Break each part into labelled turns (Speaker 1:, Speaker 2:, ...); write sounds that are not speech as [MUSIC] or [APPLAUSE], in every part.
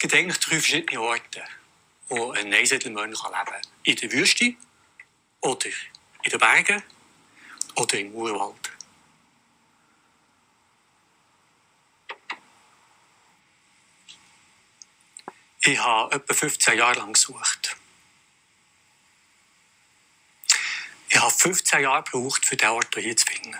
Speaker 1: gibt eigentlich drei verschiedene Orte, wo ein Neusiedlermönch leben kann. In der Wüste, oder in den Bergen, oder im Urwald. Ich habe etwa 15 Jahre lang gesucht. Ich habe 15 Jahre gebraucht, für diesen Ort hier zu finden.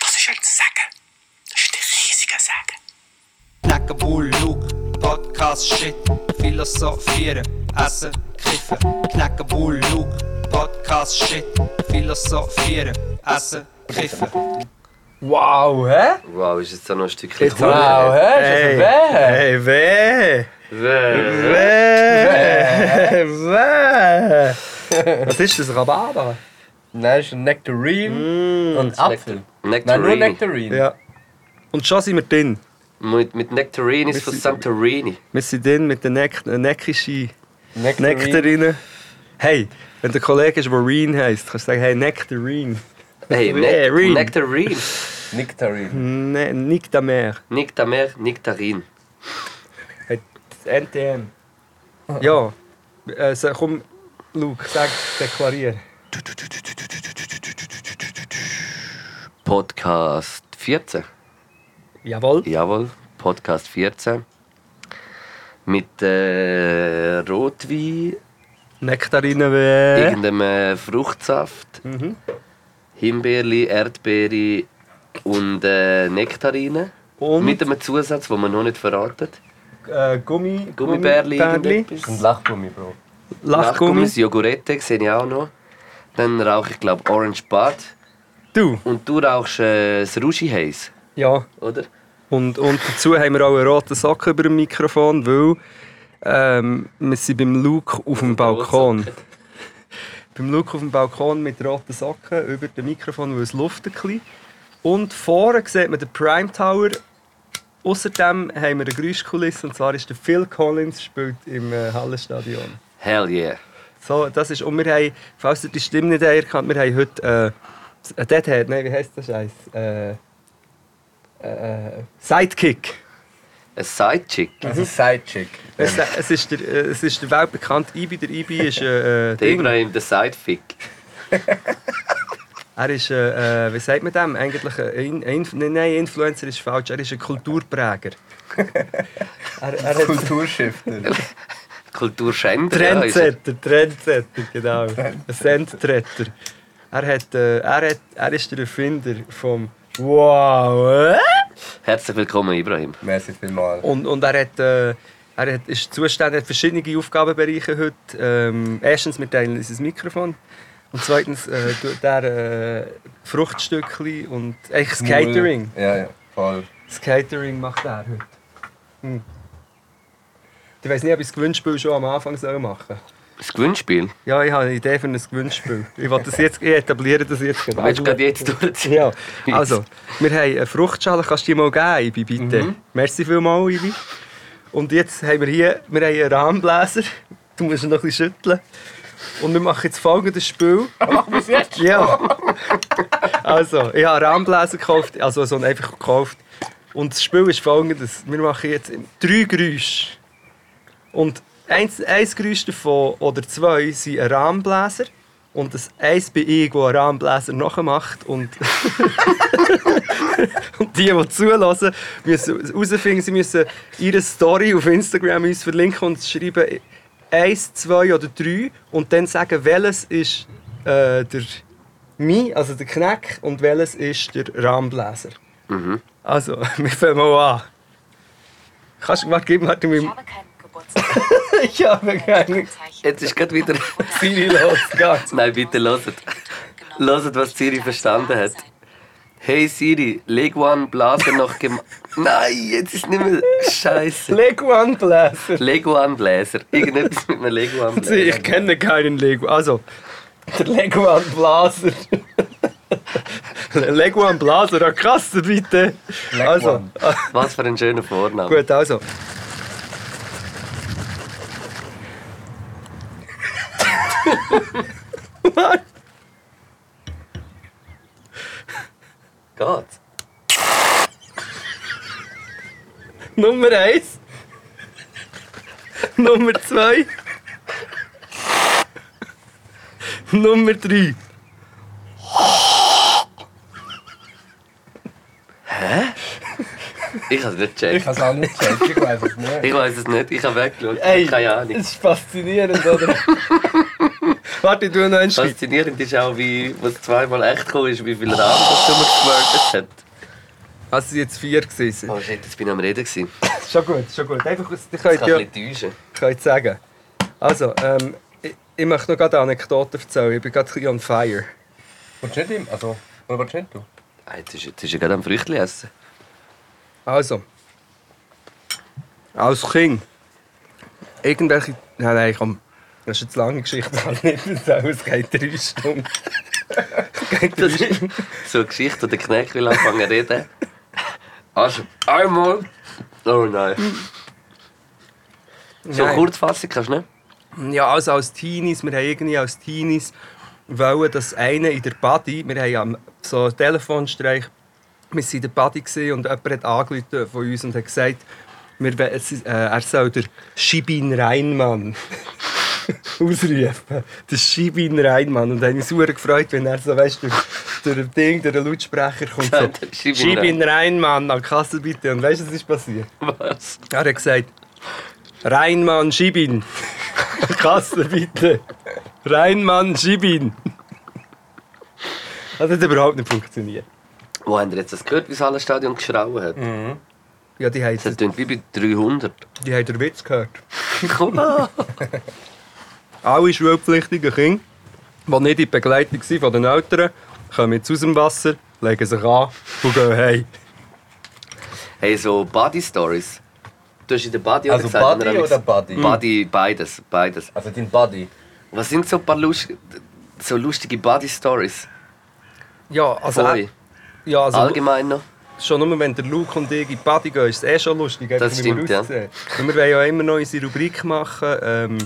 Speaker 1: Das ist ein Segen. Das ist ein riesiger Segen.
Speaker 2: Knackenbull, Luke, Podcast, Shit, Philosophieren, Essen, Kiffen. Knackenbull, Luke, Podcast, Shit, Philosophieren, Essen, Kiffen.
Speaker 3: Wow, hä?
Speaker 4: Wow, ist jetzt da noch ein Stückchen
Speaker 3: Wow, hä? Ist das ein Bär?
Speaker 5: Hey, weh!
Speaker 4: Wow.
Speaker 5: Weh! Weh! Was ist das, Rhabarber?
Speaker 3: Nein, ist ein Nectarine und Apfel. Nein, nur
Speaker 4: Nectarine.
Speaker 3: Nectarine.
Speaker 5: Mm. Ja. Und schon sind wir drin.
Speaker 4: mit, mit Nectarine ist von Santorini.
Speaker 5: Wir sind drin mit den Nek äh, neckischen
Speaker 3: Nectarine.
Speaker 5: Nektarinen. Hey, wenn der Kollege ist, der Reen heisst, kannst du sagen, hey, Nektarine.
Speaker 4: Hey,
Speaker 5: Äh, Reen.
Speaker 4: ne Nectarine.
Speaker 3: Nectarine.
Speaker 5: Ne, nicht da mehr.
Speaker 4: Nectamer, Nectarin.
Speaker 5: NTM.
Speaker 3: Oh.
Speaker 5: Ja. Äh, so, komm, Luke, sag, deklarier.
Speaker 4: Podcast 14.
Speaker 5: Jawohl.
Speaker 4: Jawohl, Podcast 14. Mit äh, Rotwein,
Speaker 5: Nektarinen weh.
Speaker 4: irgendeinem äh, Fruchtsaft, Himbeerli, Erdbeere und äh, Nektarine.
Speaker 5: Und
Speaker 4: Mit einem Zusatz, den man noch nicht verratet.
Speaker 5: äh, Gummi,
Speaker 4: Gummibärli,
Speaker 5: Gummibärli.
Speaker 3: Und
Speaker 4: irgendetwas.
Speaker 3: Lachgummi, Bro.
Speaker 5: Lachgummi.
Speaker 4: Lachgummis, Jogurette sehe ich auch noch. Dann rauche ich, glaube Orange Bud.
Speaker 5: Du.
Speaker 4: Und du rauchst äh, das Rushi Haze,
Speaker 5: Ja.
Speaker 4: oder?
Speaker 5: Und, und dazu haben wir auch einen roten Sack über dem Mikrofon, weil ähm, wir sind beim Luke auf dem Balkon. [LAUGHS] beim Luke auf dem Balkon mit roten Socken über dem Mikrofon, weil es luftet ein bisschen. Und vorne sieht man den Prime Tower. Außerdem haben wir eine Geräuschkulisse, und zwar ist der Phil Collins spielt im äh, Hallenstadion.
Speaker 4: Hell yeah.
Speaker 5: So, das ist, und wir haben, falls ihr die Stimme nicht erkannt, wir haben heute äh, ein Deadhead, nein, wie heisst der Scheiß? Äh, äh, Sidekick.
Speaker 4: Ein Sidechick.
Speaker 3: Das ist Sidechick.
Speaker 5: Es, es, ist der, äh, es ist der weltbekannte Ibi. Der Ibi ist äh,
Speaker 4: Der
Speaker 5: äh, Ding.
Speaker 4: Ibrahim, der Sidefick.
Speaker 5: Er ist, äh, äh, wie sagt man dem? Eigentlich ein, ein, Inf- nein, nein, Influencer ist falsch. Er ist
Speaker 4: [LAUGHS]
Speaker 5: ein Kulturpräger. er, er hat
Speaker 3: Kulturschifter.
Speaker 4: Kulturschänder. ja, also, ist er.
Speaker 5: Trendsetter, Trendsetter, genau. Ein Sendtretter. Er, hat, äh, er, hat, er ist der Erfinder vom Wow! Äh?
Speaker 4: Herzlich willkommen, Ibrahim.
Speaker 3: Merci vielmals.
Speaker 5: Und, und er hat, äh, er hat, ist zuständig für verschiedene Aufgabenbereiche heute. Ähm, erstens, wir teilen unser Mikrofon. Und zweitens, äh, tut er äh, Fruchtstückchen und eigentlich das Catering.
Speaker 3: Ja, ja, voll.
Speaker 5: Das Catering macht er heute. Hm. Ich weiß nicht, ob ich das Gewinnspiel schon am Anfang soll machen
Speaker 4: Das Gewinnspiel.
Speaker 5: Ja, ich habe eine Idee für ein Gewinnspiel. Ich, will das jetzt, ich etabliere das jetzt
Speaker 4: Du willst du gerade jetzt durchziehen?
Speaker 5: Ja, also, wir haben eine Fruchtschale, kannst du die mal geben, Ibi, bitte? Merci vielmals, Ibi. Und jetzt haben wir hier wir haben einen Rahmenbläser, du musst ihn noch ein bisschen schütteln. Und wir machen jetzt folgendes Spiel. Machen wir es jetzt Ja. Also, ich habe einen Rahmenbläser gekauft, also so einen einfach gekauft. Und das Spiel ist folgendes, wir machen jetzt drei Geräusche. Und eins, eins Geräusch davon oder zwei sind ein Rahmenbläser. Und das eins bin ich, der einen Rahmenbläser nachmacht. Und, [LAUGHS] und die, die zulassen, müssen herausfinden, sie müssen ihre Story auf Instagram uns verlinken und schreiben eins, zwei oder drei. Und dann sagen, welches ist äh, der Mi, also der Knack, und welches ist der Rahmenbläser. Also, [LAUGHS] wir fangen mal an. Kannst du mal geben, warte,
Speaker 6: Ich
Speaker 5: mit,
Speaker 6: habe keinen Geburtstag.
Speaker 5: ich habe keine
Speaker 4: Jetzt ist gerade wieder.
Speaker 5: Siri losgegangen.
Speaker 4: [LAUGHS] Nein, bitte loset. Loset, was Siri verstanden hat. Hey Siri, leg one Blaser noch gem. [LAUGHS] Nein, jetzt ist nicht mehr. Scheiße.
Speaker 5: Lego Anbläser.
Speaker 4: Lego Anbläser. Irgendetwas mit einem Lego
Speaker 5: [LAUGHS]
Speaker 4: Anbläser.
Speaker 5: Ich kenne keinen Lego. Also, der Lego Anblaser. Lego Anblaser, ah, krass, bitte.
Speaker 3: Lego
Speaker 5: Also,
Speaker 3: an.
Speaker 4: Was für ein schöner Vorname.
Speaker 5: gut, also.
Speaker 4: Geht's?
Speaker 5: Nummer eins. Nummer zwei. Nummer drei.
Speaker 4: Ich hab's nicht
Speaker 3: Ich
Speaker 4: gecheckt.
Speaker 3: kann es auch nicht checken, ich weiß es nicht.
Speaker 4: Ich weiß es nicht, ich hab weggeschaut.
Speaker 5: Ey.
Speaker 4: Keine Ahnung.
Speaker 5: Das ist faszinierend, oder? [LAUGHS] Warte, ich tu noch einen Schritt.
Speaker 4: Faszinierend ist auch, wie was zweimal echt gekommen ist, wie viel Rahmen das immer gewertet hat.
Speaker 5: Also, es waren jetzt vier. Gewesen.
Speaker 4: Oh shit, jetzt bin ich am Reden. gewesen.
Speaker 5: Schon gut, schon gut. Einfach, aus- ich
Speaker 4: Das
Speaker 5: kann
Speaker 4: kann
Speaker 5: ja,
Speaker 4: ein bisschen täuschen.
Speaker 5: ich kann jetzt sagen. Also, ähm, ich, ich möchte noch gerade eine Anekdote erzählen. Ich bin gerade ein bisschen on fire.
Speaker 3: Willst du nicht ihm? Also, oder willst du nicht du?
Speaker 4: Ah, Jetzt ist, jetzt ist er gerade am Früchtli essen.
Speaker 5: Also. Als Kind. Irgendwelche. Nein, nein, komm. Das ist jetzt eine lange Geschichte, [LAUGHS] kann ich nicht erzählen. Es geht drei Stunden. [LAUGHS] geht drei
Speaker 4: Das
Speaker 5: Stunden.
Speaker 4: ist so eine Geschichte, wo der Knecht will anfangen zu reden. Also, einmal. Oh nein. So
Speaker 5: Nein.
Speaker 4: kurzfassig kannst du nicht?
Speaker 5: Ja, also als Teenies, wir haben irgendwie als Teenies wollen, dass einer in der Party, wir haben ja am- so einen Telefonstreich, wir waren in der Party gewesen und jemand hat angerufen von uns und hat gesagt, wir, we- es ist- äh, er soll der Schibin Reinmann [LAUGHS] ausrufen. Der Schibin Reinmann. Und dann habe ich mich sehr gefreut, wenn er so, weißt du, durch durch das Ding, durch den Lautsprecher kommt.
Speaker 4: Ja, [LAUGHS]
Speaker 5: So,
Speaker 4: der Schibin
Speaker 5: Schibin Reinmann, an die Kasse bitte. Und weißt du, was ist passiert?
Speaker 4: Was?
Speaker 5: Er hat gesagt, Reinmann [LAUGHS] Schibin. Kasse bitte. Reinmann Schibin. Das hat überhaupt nicht funktioniert.
Speaker 4: Wo habt ihr jetzt das gehört, wie das Hallenstadion geschrauen hat?
Speaker 5: Ja, die haben,
Speaker 4: Das klingt wie bei 300.
Speaker 5: [LAUGHS] die haben den Witz gehört.
Speaker 4: Komm an!
Speaker 5: Alle schulpflichtigen Kinder, die nicht in Begleitung waren von den Eltern, kommen jetzt aus dem Wasser, legen sich an und gehen heim.
Speaker 4: Hey, so Body Stories. Du hast in der Body
Speaker 3: Also
Speaker 4: gesagt,
Speaker 3: Body
Speaker 4: Mix-
Speaker 3: oder Buddy?
Speaker 4: Body, beides, beides.
Speaker 3: Also dein Buddy.
Speaker 4: Was sind so ein paar lust so lustige Body Stories?
Speaker 5: Ja, also,
Speaker 4: Voll.
Speaker 5: ja, also
Speaker 4: Allgemein noch?
Speaker 5: schon nur wenn der Luke und ich in die Party gehen, ist es eh schon lustig.
Speaker 4: Das
Speaker 5: einfach, wie wir
Speaker 4: stimmt, ja.
Speaker 5: aussehen. Und wir wollen ja immer noch unsere Rubrik machen, ähm,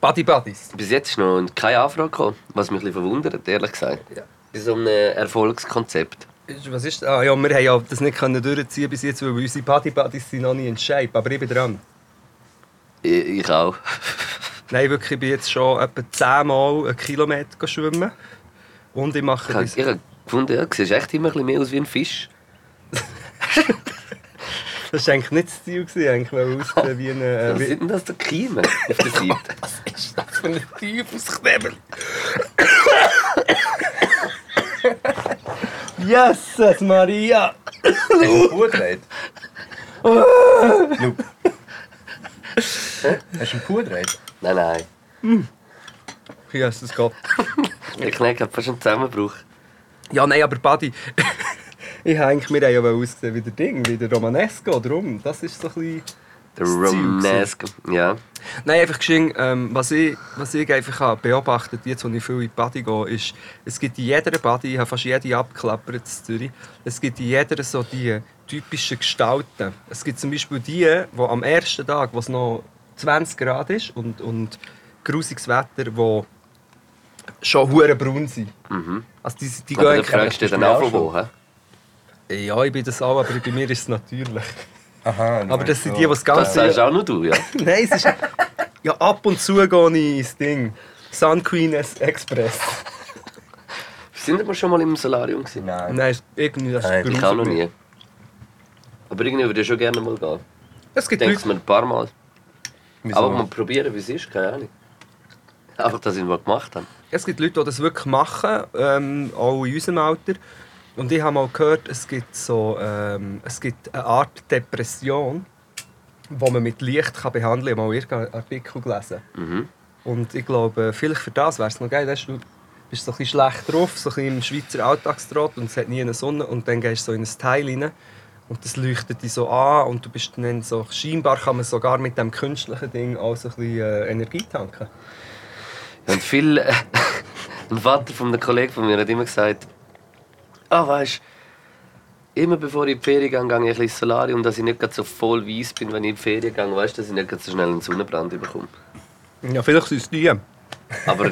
Speaker 5: Buddy Buddies.
Speaker 4: Bis jetzt ist noch keine Anfrage gekommen, was mich ein bisschen verwundert, ehrlich gesagt.
Speaker 5: Ja.
Speaker 4: Bei so einem Erfolgskonzept.
Speaker 5: Ist- Was ist ah, ja, wir haben ja das nicht können durchziehen bis jetzt, weil unsere Party Buddies sind noch nicht in Shape, aber ich bin dran.
Speaker 4: Ich, ich auch.
Speaker 5: Nein, wirklich, ich bin jetzt schon etwa 10 Mal einen Kilometer gehen schwimmen und ich mache
Speaker 4: Ich habe
Speaker 5: das.
Speaker 4: ich hab gefunden, ja, du siehst echt immer ein bisschen mehr aus wie ein Fisch.
Speaker 5: Das war eigentlich nicht das Ziel, gewesen, eigentlich, weil aussehen wie ein... Äh,
Speaker 4: Was
Speaker 5: wie-
Speaker 4: sind denn das da Kiemen auf der Seite?
Speaker 5: [LAUGHS]
Speaker 3: Für einen Teufelsknebel.
Speaker 5: Jesus Maria!
Speaker 3: Hast du Puh gedreht? Luke. Hast du einen Puh gedreht?
Speaker 4: nein, nein.
Speaker 5: Jesus Gott.
Speaker 4: Der Knecht hat fast einen Zusammenbruch.
Speaker 5: Ja, nein, aber Buddy... [LAUGHS] ich habe eigentlich, wir haben ja wollen aussehen wie der Ding, wie der Romanesco, darum. Das ist so ein bisschen...
Speaker 4: Der
Speaker 5: Das Ziel gewesen.
Speaker 4: Romanesque. Ja.
Speaker 5: Nein, einfach geschehen, ähm, was, ich, was ich einfach habe beobachtet jetzt, als ich viel in die Party gehe, ist, es gibt in jeder Party, ich habe fast jede abgeklappert in Zürich, es gibt in jeder so die typischen Gestalten. Es gibt zum Beispiel die, die am ersten Tag, wo es noch 20 Grad ist und, und grusiges Wetter, die schon hure braun sind. Also die, die
Speaker 4: Mhm. Aber du
Speaker 5: gehen
Speaker 4: fragst dich dann auch von wo, hä?
Speaker 5: Ja, ich bin das auch, aber bei mir ist es natürlich.
Speaker 3: Aha.
Speaker 5: Aber das sind die, die das
Speaker 4: Oh Das
Speaker 5: Ganze...
Speaker 4: sagst auch nur du, ja.
Speaker 5: Nein, es ist. Ja, ab und zu gehe ich ins Ding. Sun Queen Es- Express.
Speaker 4: Sind wir schon mal im Solarium gewesen?
Speaker 3: Nein.
Speaker 5: Nein, ist- irgendwie das
Speaker 3: Nein,
Speaker 4: Ich auch noch nie. Aber irgendwie würde ich schon gerne mal gehen.
Speaker 5: Es
Speaker 4: Ich
Speaker 5: gibt
Speaker 4: denke es
Speaker 5: Leute.
Speaker 4: mir ein paar Mal.
Speaker 3: Wieso?
Speaker 4: Aber mal probieren, wie es ist, keine Ahnung. Einfach, dass ich es mal gemacht habe.
Speaker 5: Es gibt Leute, die das wirklich machen, ähm, auch in unserem Alter. Und ich habe mal gehört, es gibt so ähm, es gibt eine Art Depression, die man mit Licht kann behandeln kann. Ich habe mal irgendeinen Artikel gelesen. Und ich glaube, vielleicht für das wäre es noch geil. Weißt du, du bist so ein bisschen schlecht drauf, so ein bisschen im Schweizer Alltagstrott und es hat nie eine Sonne. Und dann gehst du so in ein Teil rein und das leuchtet dich so an. Und du bist dann so, scheinbar kann man sogar mit dem künstlichen Ding auch so ein bisschen äh, Energie tanken.
Speaker 4: Und viel. äh, [LAUGHS] ein Vater von einem Kollegen von mir hat immer gesagt: Ah, weißt du, immer bevor ich in die Ferien gehe, gehe ich ein bisschen ins Solarium, dass ich nicht grad so voll weiß bin, wenn ich in die Ferien gehe. Weißt du, dass ich nicht grad so schnell einen Sonnenbrand bekomme.
Speaker 5: Ja, vielleicht sind es die.
Speaker 4: Aber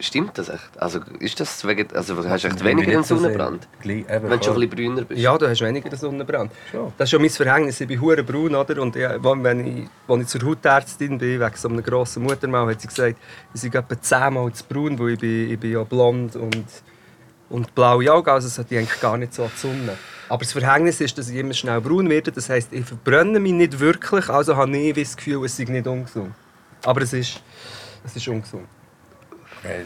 Speaker 4: stimmt das echt? Also ist das wegen, also hast du echt weniger einen Sonnenbrand, wenn du schon ein bisschen brüner bist?
Speaker 5: Ja, du hast weniger Sonnenbrand.
Speaker 3: Ja.
Speaker 5: Das ist ja mein Verhängnis. Ich bin hure braun, oder? Und ja, wenn ich, wenn ich zur Hautärztin bin, wegen so einer grossen Muttermal, hat sie gesagt, ich sei etwa zehnmal zu braun, weil ich bin, ich bin ja blond und, und blaue Augen, also das hat ich eigentlich gar nicht so an die Sonne. Aber das Verhängnis ist, dass ich immer schnell braun werde. Das heisst, ich verbrenne mich nicht wirklich, also habe ich das Gefühl, es sei nicht ungesund. Aber es ist, es ist ungesund.
Speaker 3: Crazy.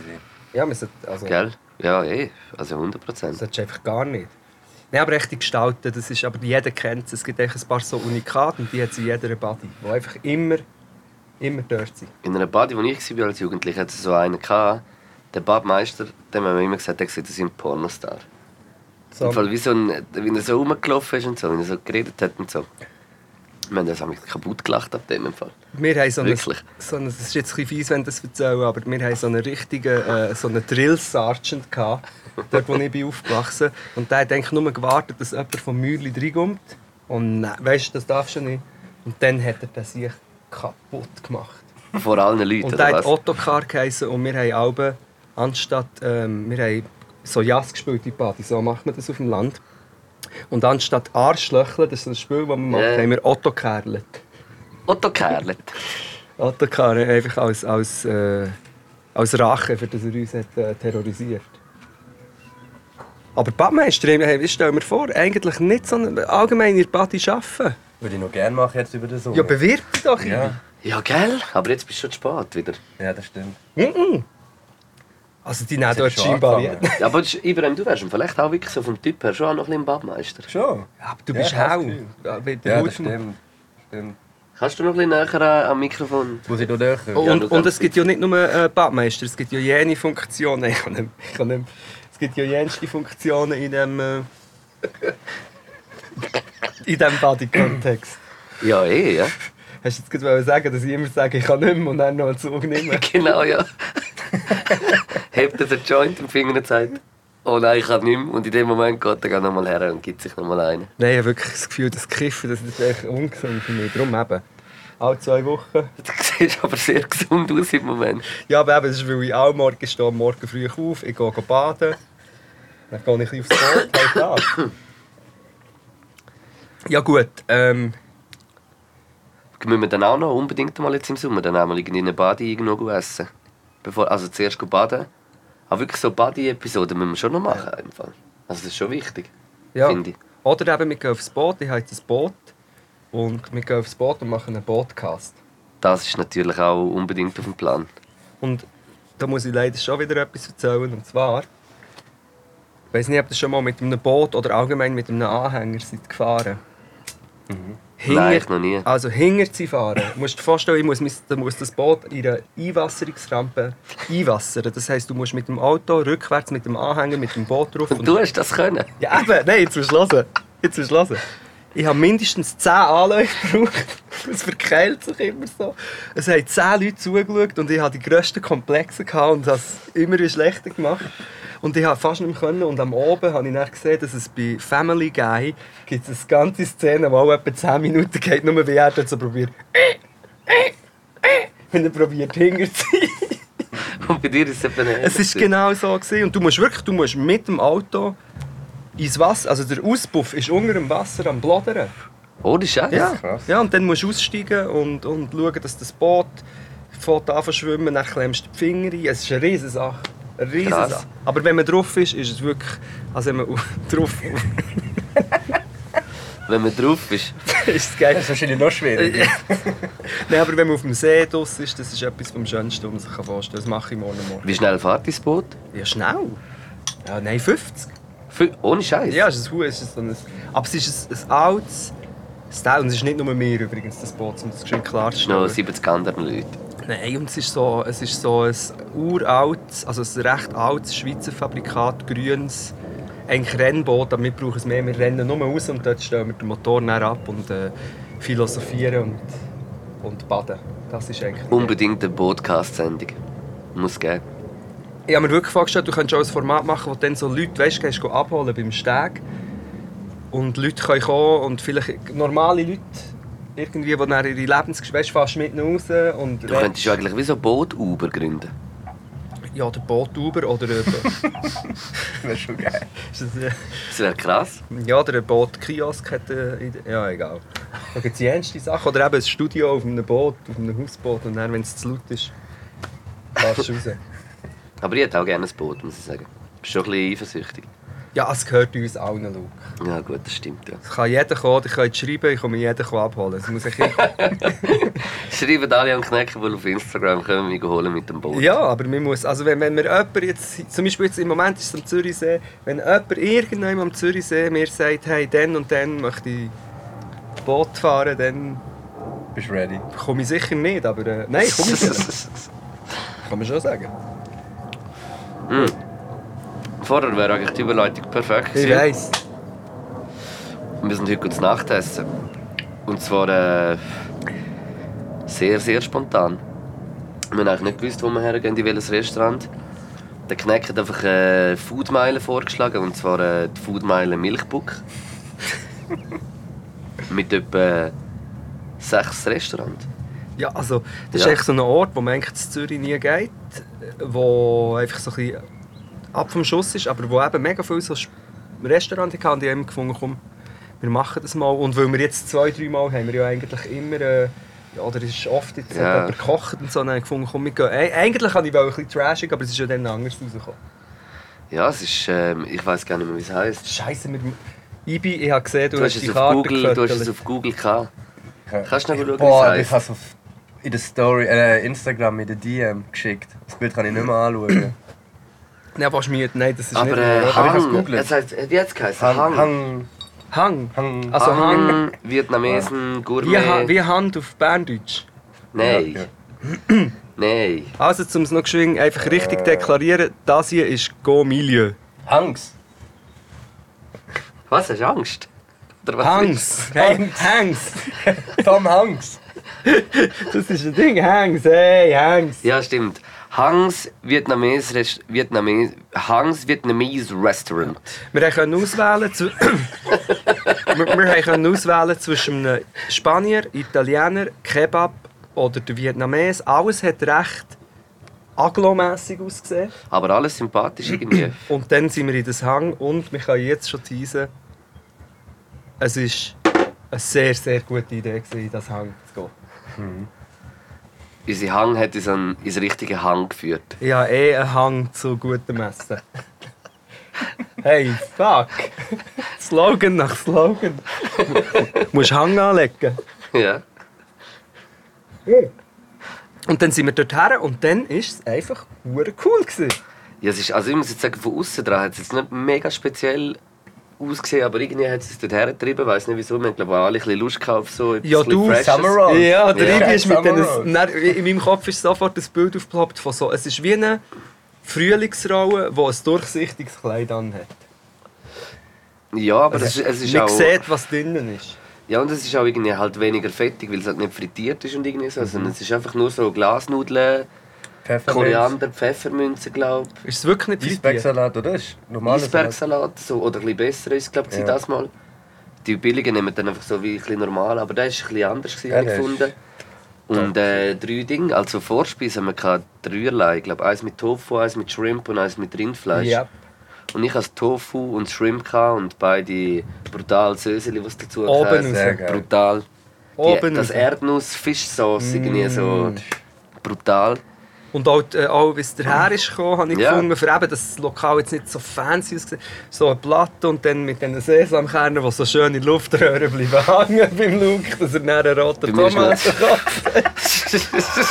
Speaker 5: Ja, man sollte, also,
Speaker 4: Gell? Ja, eh. Also 100 Prozent.
Speaker 5: das hättest du einfach gar nicht. Nein, aber echte Gestalten, das ist, aber jeder kennt es. Es gibt einfach ein paar so Unikate und die hat es in jeder Body, die einfach immer, immer dort sind.
Speaker 4: In einer Party, wo ich war als Jugendlicher, hatte es so einen. Gehabt, der Badmeister, dem haben wir immer gesagt, der sieht aus wie ein Pornostar.
Speaker 5: So,
Speaker 4: Im Fall, wie, so ein, wie er so rumgelaufen ist und so, wie er so geredet hat und so. Wir haben das eigentlich kaputt gelacht ab dem im Fall.
Speaker 5: wir haben so einen,
Speaker 4: Wirklich?
Speaker 5: so einen, das ist jetzt ein bisschen fies, wenn ich das erzähle, aber wir haben so einen richtigen äh, so einen Drill-Sergeant gehabt, dort wo ich bin aufgewachsen Und der hat eigentlich nur gewartet, dass jemand vom Mäuerchen reinkommt. Und nein, weißt du, das darfst du nicht. Und dann hat er das sich kaputt gemacht.
Speaker 4: Vor allen Leuten,
Speaker 5: Und der
Speaker 4: oder
Speaker 5: hat
Speaker 4: was?
Speaker 5: Autocar geheissen und wir haben Alben, anstatt, ähm, wir haben so Jazz gespielt in Party, so macht man das auf dem Land. Und anstatt Arschlöcheln, das ist so ein Spiel, das man macht,
Speaker 4: Ja.
Speaker 5: haben wir Autokerlet.
Speaker 4: Otto Kerlet.
Speaker 5: Autocar äh, einfach als, als, äh, als Rache, für das er uns hat, äh, terrorisiert. Aber Badmeister, hey, ich stelle mir vor, eigentlich nicht so eine, allgemein in der Party arbeiten.
Speaker 3: Würde ich noch gerne machen jetzt über den Sommer.
Speaker 5: Ja, bewirb dich doch. irgendwie.
Speaker 3: ja.
Speaker 4: Ja, gell? Aber jetzt bist du schon zu spät wieder.
Speaker 3: ja, das stimmt.
Speaker 5: Also die nehmen
Speaker 3: hat
Speaker 5: dort
Speaker 3: schon
Speaker 5: scheinbar...
Speaker 3: angefangen.
Speaker 5: jeden.
Speaker 4: Ja, aber das ist- Ibrahim, du wärst vielleicht auch wirklich so vom Typ her schon auch noch ein bisschen Badmeister.
Speaker 3: Schon?
Speaker 5: Aber du
Speaker 3: Ja,
Speaker 5: bist
Speaker 3: ich hab's
Speaker 5: auch...
Speaker 3: Gefühl.
Speaker 5: Ja, wie der
Speaker 3: Ja, das
Speaker 5: Hut vom-
Speaker 3: stimmt. stimmt.
Speaker 4: Kannst du noch ein bisschen näher an- am Mikrofon?
Speaker 3: Muss ich noch näher?
Speaker 4: Ja,
Speaker 5: Oh, Und,
Speaker 4: du
Speaker 5: und es
Speaker 4: kannst
Speaker 5: gibt ja nicht nur äh, Badmeister, es gibt ja jene Funktionen. [LAUGHS] Ich kann nicht, ich kann nicht, es gibt ja jenste Funktionen in dem, äh, in dem Body-Kontext.
Speaker 4: Ja, eh, ja. [LAUGHS]
Speaker 5: Hast du jetzt gerade wollen sagen, dass ich immer sage, ich kann nicht mehr und dann noch einen Zug nehmen?
Speaker 4: Genau, ja. [LAUGHS] Hebt er den Joint im Finger und sagt, oh nein, ich kann nicht mehr. Und in dem Moment geht er nochmal her und gibt sich nochmal einen.
Speaker 5: [LAUGHS]
Speaker 4: [LAUGHS]
Speaker 5: Nein, ich habe wirklich das Gefühl, das Kiffen das ist echt ungesund für mich. Darum eben. Alle zwei Wochen.
Speaker 4: Du siehst aber sehr gesund aus im Moment.
Speaker 5: Ja, aber eben, das ist, weil ich auch morgen stehe, am morgen früh auf, ich gehe baden. Dann gehe ich ein bisschen aufs Boot, halt [COUGHS] das. Ja gut, ähm,
Speaker 4: Müssen wir dann auch noch unbedingt mal jetzt im Sommer dann auch mal irgendwie in eine Body irgendwo essen? Bevor, also zuerst gehen baden. Aber wirklich so Body-Episoden müssen wir schon noch machen. Im Fall. Also das ist schon wichtig,
Speaker 5: ja.
Speaker 4: finde ich.
Speaker 5: Oder eben, wir gehen aufs Boot, ich habe jetzt ein Boot. Und wir gehen aufs Boot und machen einen Bootcast.
Speaker 4: Das ist natürlich auch unbedingt auf dem Plan.
Speaker 5: Und da muss ich leider schon wieder etwas erzählen. Und zwar, ich weiß nicht, ob ihr schon mal mit einem Boot oder allgemein mit einem Anhänger seid gefahren. Hinger-
Speaker 4: Mhm. Nein, ich noch nie.
Speaker 5: Also hinter sie fahren. Du musst dir vorstellen, ich muss, mein- da muss das Boot in einer Einwasserungsrampe einwassern. Das heisst, du musst mit dem Auto rückwärts mit dem Anhänger, mit dem Boot drauf.
Speaker 4: Und du hast das können. [LAUGHS]
Speaker 5: Ja, eben, nein, jetzt musst du hören. Jetzt musst du hören. Ich habe mindestens 10 Anläufe gebraucht. [LAUGHS] Es verkeilt sich immer so. Es haben 10 Leute zugeschaut und ich hatte die grössten Komplexe gehabt und das immer schlechter gemacht. Und ich habe fast nicht mehr können. Und am Oben habe ich dann gesehen, dass es bei Family Guy gibt es eine ganze Szene, die auch etwa 10 Minuten geht, nur wie er dort so probiert. [LAUGHS] Wenn er probiert, hinter zu sein.
Speaker 4: Und bei dir ist es eben nicht.
Speaker 5: Es ist genau so gewesen. und du musst wirklich, du musst mit dem Auto ins Wasser, also der Auspuff ist unter dem Wasser am Blodern.
Speaker 4: Ohne Scheiß.
Speaker 5: Ja,
Speaker 3: krass.
Speaker 5: ja und dann musst du aussteigen und, und schauen, dass das Boot fährt an zu schwimmen, dann klemmst du die Finger ein. Es ist eine riesige Sache. Eine riesige
Speaker 4: Krass.
Speaker 5: Sache. Aber wenn man drauf ist, ist es wirklich, also wenn man auf- [LAUGHS] drauf
Speaker 4: Wenn man drauf ist.
Speaker 5: ist es geil.
Speaker 3: Das ist wahrscheinlich noch schwieriger.
Speaker 5: Nein, aber wenn man auf dem See draus ist, das ist etwas vom Schönsten, was man sich vorstellen kann. Das mache ich morgen morgen.
Speaker 4: Wie schnell fährt dein Boot?
Speaker 5: Ja, schnell. Ja, nein, 50.
Speaker 4: Fü- Ohne Scheiß.
Speaker 5: Ja, es ist ein Huhn, es ist so ein... Aber es ist ein, ein altes Style und es ist nicht nur mir übrigens, das Boot, um das schön
Speaker 4: Es sind noch
Speaker 5: klarzustellen.
Speaker 4: 70 andere Leute.
Speaker 5: Nein, und es ist so, es ist so ein uraltes, also ein recht altes Schweizer Fabrikat, grünes, eigentlich Rennboot, aber wir brauchen es mehr, wir rennen nur raus und dort stellen wir den Motor näher ab und äh, philosophieren und, und baden. Das ist eigentlich...
Speaker 4: Unbedingt eine Podcast-Sendung. Muss geben.
Speaker 5: Ich habe mir wirklich vorgestellt, du könntest auch ein Format machen, wo du dann so Leute weißt, gehst du abholen beim Steg. Und Leute können kommen und vielleicht normale Leute, irgendwie, die dann ihre Lebensgeschichte weisst, fährst mit ihnen raus. Und
Speaker 4: Du könntest ja eigentlich wie so ein Boot-Uber gründen.
Speaker 5: Ja, oder Boottuber oder
Speaker 3: [LAUGHS]
Speaker 5: ein-
Speaker 3: Das ist schon geil.
Speaker 5: ist das, äh,
Speaker 4: Das wäre krass.
Speaker 5: ja, oder ein Bootkiosk hat äh, in der- Ja, egal. Da gibt es jenste Sachen. Oder eben ein Studio auf einem Boot, auf einem Hausboot. Und dann, wenn es zu laut ist, fährst du raus.
Speaker 4: Aber ich hätte auch gerne ein Boot, muss ich sagen. Bist schon ein bisschen eifersüchtig.
Speaker 5: Ja, es gehört uns allen, Luke.
Speaker 4: Ja gut, das stimmt. Ja.
Speaker 5: Es kann jeder kommen, ihr könnt schreiben, ich komme jeden abholen. Es muss ein bisschen- [LAUGHS]
Speaker 4: Schreiben alle an Knecken, die auf Instagram kommen, wir holen mit dem Boot.
Speaker 5: Ja, aber man muss, also wenn, wenn mir jemand jetzt, zum Beispiel jetzt im Moment ist es am Zürichsee, wenn jemand irgendwann am Zürichsee mir sagt, hey, dann und dann möchte ich Boot fahren, dann
Speaker 3: Bist du ready?
Speaker 5: komme ich sicher nicht, aber äh, nein, komme ich [LAUGHS] nicht. Kann man schon sagen.
Speaker 4: [LAUGHS] Vorher wäre eigentlich die Überleitung perfekt
Speaker 5: Ich
Speaker 4: gewesen.
Speaker 5: weiss.
Speaker 4: Wir sind heute zu Nacht essen. Und zwar äh, sehr, sehr spontan. Wir haben eigentlich nicht gewusst, wo wir hergehen, in welches Restaurant. Der Kneck hat einfach äh, Foodmeile vorgeschlagen, und zwar äh, die Foodmeile Milchbuck. Mit etwa sechs Restaurants.
Speaker 5: Ja, also das ist
Speaker 4: Ja.
Speaker 5: echt so ein Ort, wo man eigentlich in Zürich nie geht, wo einfach so ein bisschen ab vom Schuss ist, aber wo eben mega viele so Sp- Restaurants hatten, und die haben gefunden, komm, wir machen das mal. Und weil wir jetzt zwei, drei Mal haben wir ja eigentlich immer, äh, ja, oder es ist oft jetzt
Speaker 4: Ja.
Speaker 5: ja. gekocht und so, und dann haben wir gefunden, komm, wir gehen. Eig- Eigentlich wollte ich ein bisschen trashig, aber es ist ja dann anders rausgekommen.
Speaker 4: Ja, es ist. ähm, ich weiß gar nicht mehr, wie es heißt.
Speaker 5: Scheiße, wir... Ibi, ich habe gesehen, du,
Speaker 4: Du, hast
Speaker 5: die
Speaker 4: es auf
Speaker 5: Karte
Speaker 4: Google, du hast
Speaker 5: gefotolt.
Speaker 4: es auf Google gehabt. Kannst du noch schauen, wie es
Speaker 3: Boah,
Speaker 4: heisst?
Speaker 3: ich habe es auf in der Story, äh, Instagram in der DM geschickt. Das Bild kann ich nicht mehr anschauen.
Speaker 5: Nein, was mir... Nein, das ist
Speaker 4: Aber
Speaker 5: nicht...
Speaker 4: äh,
Speaker 3: Aber ich hab's
Speaker 4: Hang,
Speaker 3: gegoogelt.
Speaker 4: es heißt, äh, wie hat es geheißen?
Speaker 3: [COUGHS] Hang,
Speaker 4: Hang.
Speaker 3: Hang,
Speaker 5: Hang.
Speaker 3: Hang.
Speaker 5: Also Hang...
Speaker 4: Hang, Vietnamesen, Gourmet.
Speaker 5: Wie, Ha- wie Hand auf Berndeutsch.
Speaker 4: Nein.
Speaker 3: Ja,
Speaker 4: [CLEARS THROAT] Nein.
Speaker 5: Also, um es noch geschwind einfach richtig deklarieren, das hier ist Go Milieu.
Speaker 3: Hangs.
Speaker 4: Was, hast du Angst? Oder was
Speaker 5: Hangs! Hey, Hangs!
Speaker 3: Tom
Speaker 4: [LAUGHS]
Speaker 3: Hanks.
Speaker 5: [LAUGHS] Das ist ein Ding, Hangs, hey, Hangs!
Speaker 4: ist- Ja, stimmt. Hangs Vietnames, Rest- Vietnames, Hangs Vietnamese Restaurant.
Speaker 5: Wir können auswählen, [COUGHS] zw wir, wir können auswählen zwischen einem Spanier, Italiener, Kebab oder der Vietnames. Alles hat recht aglomässig ausgesehen.
Speaker 4: Aber alles
Speaker 5: [CLEARS THROAT]
Speaker 4: sympathisch irgendwie.
Speaker 5: Und dann sind wir in das Hang und wir können jetzt schon teasen. Es ist eine sehr, sehr gute Idee, gewesen, in das Hang zu gehen.
Speaker 4: Unser Hang hat uns an, ins richtige Hang geführt. [LAUGHS]
Speaker 5: Ich habe eh einen Hang zu gutem Essen. [LAUGHS] Hey, fuck! Slogan nach Slogan. Du musst Hang anlegen.
Speaker 4: ja.
Speaker 5: Und dann sind wir dorthin und dann war es einfach hure cool. Gewesen.
Speaker 4: ja es ist, also ich muss jetzt sagen, von außen dran hat es jetzt nicht mega speziell ausgesehen, aber irgendwie hat es uns dorthin getrieben. Ich weiß nicht wieso. Wir haben glaube ich, alle ein bisschen Lust gehabt auf so etwas
Speaker 5: Ja,
Speaker 4: bisschen
Speaker 5: du,
Speaker 4: Freshes.
Speaker 3: Summer Roll. Rolls.
Speaker 5: Ja, der
Speaker 4: Ja.
Speaker 5: Ibi ist mit
Speaker 3: Summer
Speaker 5: den,
Speaker 3: Rolls.
Speaker 5: dann, In meinem Kopf ist sofort das Bild aufgeploppt von so. Es ist wie eine Frühlingsraue, die ein durchsichtiges Kleid anhat.
Speaker 4: Ja, aber es, ist- es ist
Speaker 5: Man
Speaker 4: auch...
Speaker 5: sieht, was drinnen ist.
Speaker 4: Ja, und es ist auch irgendwie halt weniger fettig, weil es halt nicht frittiert ist und irgendwie so. sondern es ist einfach nur so Glasnudeln,
Speaker 3: Pfeffer.
Speaker 4: Koriander, Pfeffermünze, glaube ich.
Speaker 5: Ist es wirklich nicht frittiert?
Speaker 3: Eisbergsalat, oder? Das ist normales
Speaker 4: Eisbergsalat, so, oder ein bisschen besser ist, glaube ich,
Speaker 3: Ja.
Speaker 4: das mal. Die billigen nehmen dann einfach so wie ein bisschen normal, aber der ist ein bisschen anders, gewesen,
Speaker 3: Ja,
Speaker 4: habe ich
Speaker 3: der ist-
Speaker 4: gefunden. Und äh, drei Dinge, also Vorspeisen haben wir gehabt, dreierlei, ich glaube eins mit Tofu, eins mit Shrimp und eins mit Rindfleisch.
Speaker 5: Ja.
Speaker 4: Und ich hatte Tofu und Shrimp gehabt und beide brutal Söseli, was dazu
Speaker 5: Oben
Speaker 4: gehört. Also
Speaker 5: raus.
Speaker 3: Sehr geil.
Speaker 4: Brutal. Die,
Speaker 5: Oben
Speaker 4: das
Speaker 5: raus.
Speaker 4: Erdnuss-Fischsauce, irgendwie
Speaker 3: Mm.
Speaker 4: so brutal.
Speaker 5: Und auch, die- äh, auch wie es daher ist gekommen, habe ich
Speaker 4: Ja.
Speaker 5: gefunden, für eben das Lokal jetzt nicht so fancy ausgesehen. So ein Blatt und dann mit diesen Sesamkernen, die so schön in die Luftröhre bleiben [LAUGHS] hängen beim Luke, dass er dann einen roten
Speaker 4: Bei mir ist
Speaker 5: Tomaten hat.
Speaker 4: [LAUGHS]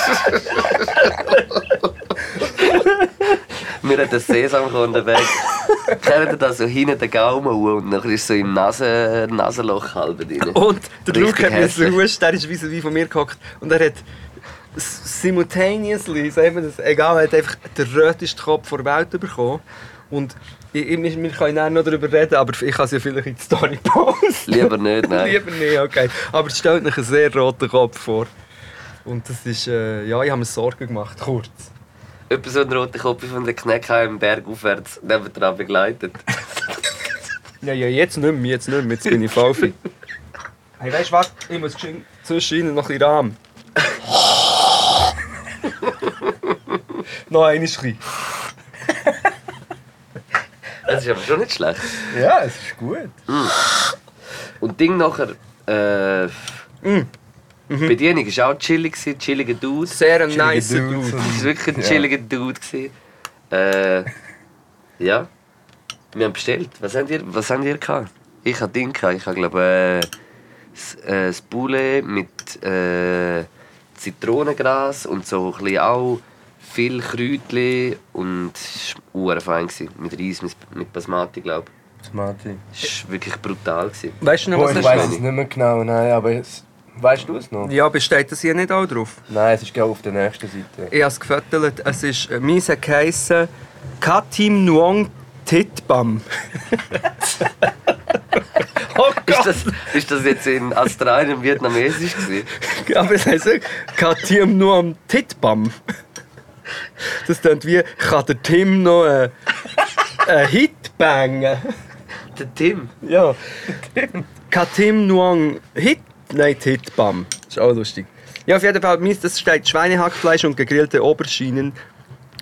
Speaker 4: Wir hatten Sesamkorn dabei. Kennt ihr das so hinten den Gaumen hoch und dann ist so im Nase Nasenloch halb drin.
Speaker 5: Und der
Speaker 4: Richtig
Speaker 5: Luke hat mir so
Speaker 4: hässlich.
Speaker 5: gewusst, der ist wie von mir gehockt. Und er hat s- simultaneously, sagt man das, egal, er hat einfach den rötesten Kopf der Welt bekommen. Und ich, ich, wir- wir können dann noch darüber reden, aber ich kann es ja vielleicht in die Story [LAUGHS] posten.
Speaker 4: Lieber nicht, nein.
Speaker 5: Lieber nicht, okay. Aber es stellt euch einen sehr roten Kopf vor. Und das ist, äh, ja, ich habe mir Sorgen gemacht, kurz.
Speaker 4: Etwa so ein roter Kopf von der Kneckheim Berg aufwärts nebenan begleitet.
Speaker 5: Ja, ja, jetzt nicht mehr, jetzt nicht mehr, jetzt bin ich voll fit. Hey, weißt du was? Ich muss geschwind zwischen ihnen noch ein bisschen Rahm. noch ein bisschen.
Speaker 4: Das ist aber schon nicht schlecht.
Speaker 3: Ja, es ist gut.
Speaker 4: Und Ding nachher. Äh, Die Bedienung war auch chillig, gewesen, chilliger Dude.
Speaker 5: Sehr ein
Speaker 3: Chilliger
Speaker 5: nice
Speaker 3: Dude.
Speaker 5: Dude.
Speaker 4: Es war wirklich ein
Speaker 3: Ja.
Speaker 4: chilliger Dude. Gewesen. Äh, ja. Wir haben bestellt. Was habt ihr, was habt ihr gehabt? Ich hatte Ding gehabt. Ich habe, glaube äh, s- äh, das Poulet mit äh, Zitronengras und so ein bisschen auch viel Kräutchen und es war verdammt fein. Gewesen. Mit Reis, mit, mit Basmati, glaube
Speaker 3: Smarty.
Speaker 4: ich. Es war wirklich brutal. Gewesen.
Speaker 5: Weißt du noch,
Speaker 3: Oh,
Speaker 5: was
Speaker 3: ich
Speaker 5: das
Speaker 3: weiß
Speaker 5: ist?
Speaker 3: es nicht mehr genau, nein, aber es, weißt du es noch?
Speaker 5: Ja, besteht das hier nicht auch drauf?
Speaker 3: Nein, es ist genau auf der nächsten Seite.
Speaker 5: Ich habe es gefüttert. Es ist, äh, meins hat geheissen Katim Nuong Titbam. [LAUGHS] oh
Speaker 4: Ist das, ist das jetzt in Australien vietnamesisch? Gewesen?
Speaker 5: [LAUGHS] Aber es heisst wirklich Katim Nuong Titbam. Das klingt wie, kann der Tim noch einen, einen Hit bangen?
Speaker 4: Der Tim.
Speaker 5: Ja. Katim Nuang Hit. Nein, Hitbam. Ist auch lustig. Ja, auf jeden Fall, meins, das steht Schweinehackfleisch und gegrillte Oberschienen.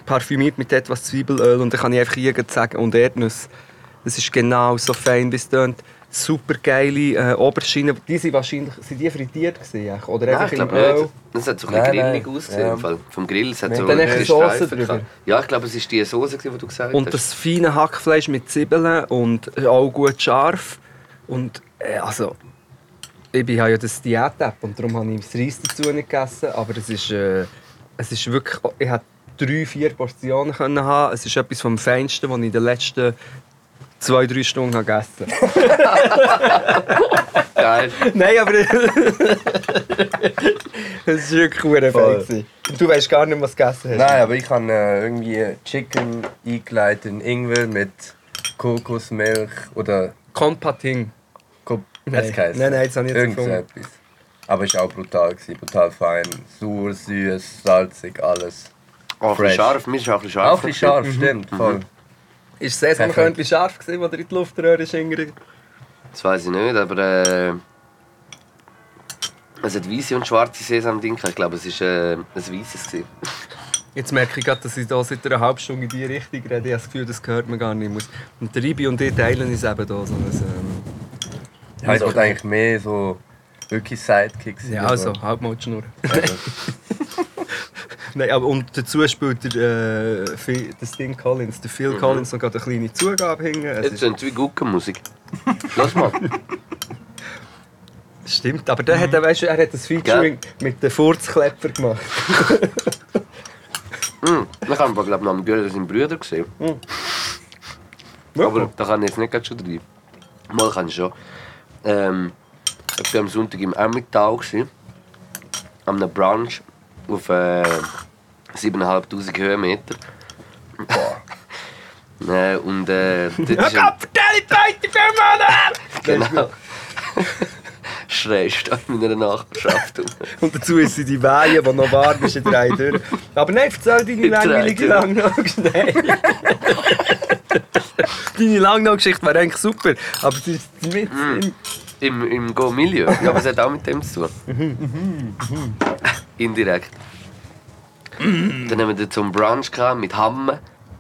Speaker 5: Parfümiert mit etwas Zwiebelöl und dann kann ich einfach irgendwas sagen. Und Erdnuss. Das ist genau so fein, wie es tönt. Super geile äh, Oberschienen. Die sind wahrscheinlich sind die frittiert gewesen, eigentlich? oder
Speaker 4: Nein,
Speaker 5: einfach
Speaker 4: ich
Speaker 5: im
Speaker 4: glaube
Speaker 5: Öl?
Speaker 4: nicht. Das hat so ein
Speaker 3: Nein,
Speaker 4: bisschen
Speaker 3: nein,
Speaker 4: grillig ausgesehen.
Speaker 3: ja.
Speaker 4: im Fall. Vom Grill. Es hat
Speaker 3: Mit
Speaker 4: so
Speaker 5: dann
Speaker 4: ein
Speaker 5: eine
Speaker 4: bisschen
Speaker 5: Soße
Speaker 4: Streifen
Speaker 5: drüber.
Speaker 4: gehabt. Ja, ich glaube, es war die Soße, die du gesagt
Speaker 5: Und
Speaker 4: hast.
Speaker 5: das feine Hackfleisch mit Zwiebeln und auch gut scharf. Und äh, also, ich bin- habe ja das Diät-App und darum habe ich das Reis dazu nicht gegessen. Aber es ist, äh, es ist wirklich, ich hatte drei, vier Portionen können haben. Es ist etwas vom Feinsten, was ich in den letzten zwei, drei Stunden habe gegessen
Speaker 3: [LAUGHS]
Speaker 5: habe.
Speaker 4: [LAUGHS] Geil.
Speaker 3: Ah,
Speaker 5: Nein, aber... [LAUGHS] Es war wirklich verdammt
Speaker 3: Voll.
Speaker 5: fein. gewesen. Und Du weißt gar nicht, was du gegessen hast.
Speaker 3: Nein, aber ich habe äh, irgendwie Chicken eingeleitet in Ingwer mit Kokosmilch oder
Speaker 5: Kompating.
Speaker 3: Ko
Speaker 5: Nein.
Speaker 3: Es heisst-
Speaker 5: Nein, nein, das habe ich jetzt
Speaker 3: irgend so
Speaker 5: gefunden.
Speaker 3: etwas. Aber es war auch brutal, gewesen, brutal fein. Sauer, süß, salzig, alles.
Speaker 4: Auch ein bisschen
Speaker 3: Fresh.
Speaker 4: scharf. Mir ist auch ein bisschen scharf.
Speaker 3: Auch ein bisschen
Speaker 5: Mhm.
Speaker 3: scharf, stimmt, Mhm. voll.
Speaker 5: Ist das Sesamkörnchen scharf, gewesen, das er in die Luftröhre ist? hingerückt?
Speaker 4: Das weiß ich nicht, aber. Äh, es hat weiße und schwarze Sesam-Ding. gehabt. Ich glaube, es war äh, ein weißes. gewesen.
Speaker 5: Jetzt merke ich gerade, dass ich da seit einer halben Stunde in die Richtung rede. Ich habe das Gefühl, das gehört man gar nicht. Muss. Und der Ribi und ich teilen uns eben da so ein... Ähm,
Speaker 3: Ja, ich wollte eigentlich mehr so wirklich Sidekicks.
Speaker 5: ja,
Speaker 3: aber-
Speaker 5: also, halt mal die Schnur. [LAUGHS] Nein, aber und dazu spielt der, äh, Phil- das Ding Collins, der Phil Collins, noch gerade eine kleine Zugabe hängen. Es
Speaker 4: Mhm. Jetzt äh,
Speaker 5: ist,
Speaker 4: sind wie Guckenmusik. Lass
Speaker 3: [LAUGHS]
Speaker 4: mal.
Speaker 5: stimmt, aber
Speaker 4: mhm.
Speaker 5: der hat, er, weißt du, er hat das Featuring mit den Furzklepper gemacht.
Speaker 4: Hm, Ich habe glaube ich, noch am Göller seinen Brüder gesehen. Aber da kann ich jetzt nicht gerade schon rein. Mal kann ich schon. Ähm, ich war am Sonntag im Emmental. gewesen, An einem Brunch auf äh, 7'500 Höhenmeter. [LAUGHS] äh, und äh, dort ist ein, genau. Schreist an meiner Nachbarschaft. um.
Speaker 5: Und dazu ist sie die Weihe, die noch warm ist, in drei Türen. Aber nein, erzähl deine
Speaker 4: In drei
Speaker 5: langweilige
Speaker 4: Türen.
Speaker 5: Langnau-Geschichte. Nein. Deine Langnau-Geschichte wäre eigentlich super, aber sie ist mit.
Speaker 4: Im, im Go-Milieu. Ja, aber es hat auch mit dem zu tun. Indirekt. Dann haben wir dort so einen Brunch gehabt mit Hamme,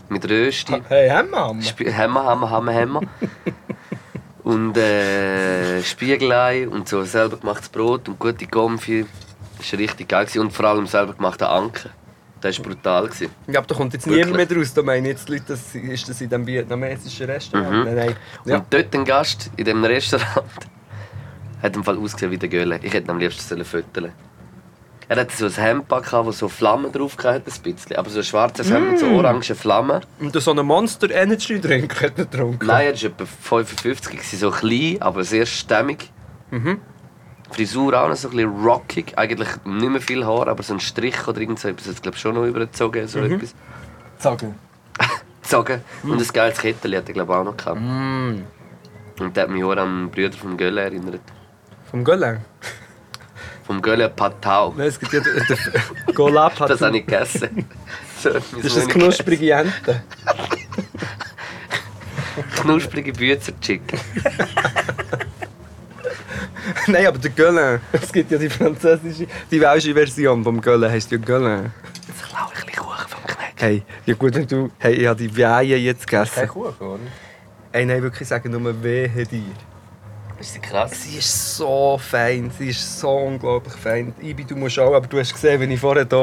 Speaker 4: mit Rösti.
Speaker 5: Hey, Hemma,
Speaker 4: Sp Hammer, Hammer, Hammer, Hammer. und äh, Spiegelei und so selber gemachtes Brot und gute Konfi. Das war richtig geil. gewesen. Und vor allem selber gemachter Anker. Das war brutal. gewesen.
Speaker 5: Ich glaube, da kommt jetzt
Speaker 4: Wirklich?
Speaker 5: niemand mehr draus. Da meinen jetzt die Leute, das ist das in diesem vietnamesischen Restaurant. Nein, nein.
Speaker 4: Und
Speaker 5: Mhm. Ja.
Speaker 4: dort ein Gast in diesem Restaurant [LAUGHS] hat im Fall ausgesehen wie der Göhle. Ich hätte ihn am liebsten sollen föteln. Er hatte so ein Hemd gehabt, wo so Flammen drauf hatte, ein bisschen. Aber so ein schwarzes Hemd mit so orangen Flammen.
Speaker 5: Und so einen Monster Energy Drink hat er getrunken.
Speaker 4: Nein, er war etwa 55, gewesen, so klein, aber sehr stämmig. Frisur auch noch so ein bisschen rockig. Eigentlich nicht mehr viel Haar, aber so ein Strich oder irgend so etwas. Jetzt glaube ich schon noch übergezogen. So etwas.
Speaker 3: Sagen.
Speaker 4: Zogen. Und ein geiles Kettchen hat er glaube ich auch noch gehabt. Und der hat mich auch an den Bruder vom Göller erinnert.
Speaker 5: Vom Golang.
Speaker 4: Vom Göller Patau.
Speaker 5: Nein, es gibt ja den- den Golab. hat-
Speaker 4: Das habe ich gegessen. So,
Speaker 5: Das ist das knusprige Ente.
Speaker 4: knusprige Büzerchicken.
Speaker 5: [LAUGHS] Nein, aber der Gueulin. Es gibt ja die französische, die welsche Version vom Gueulin, heisst ja Gueulin.
Speaker 4: Jetzt klaue ich ein bisschen Kuchen vom Knecht.
Speaker 5: Hey, ja gut, wenn du... Hey, ich habe die Weihe jetzt gegessen.
Speaker 3: Kein Kuchen, oder?
Speaker 5: Ey, nein, wirklich sagen nur wehe dir.
Speaker 4: Ist sie krass?
Speaker 5: Sie ist so fein, sie ist so unglaublich fein. Ibi, du musst auch, aber du hast gesehen, wenn ich vorher hier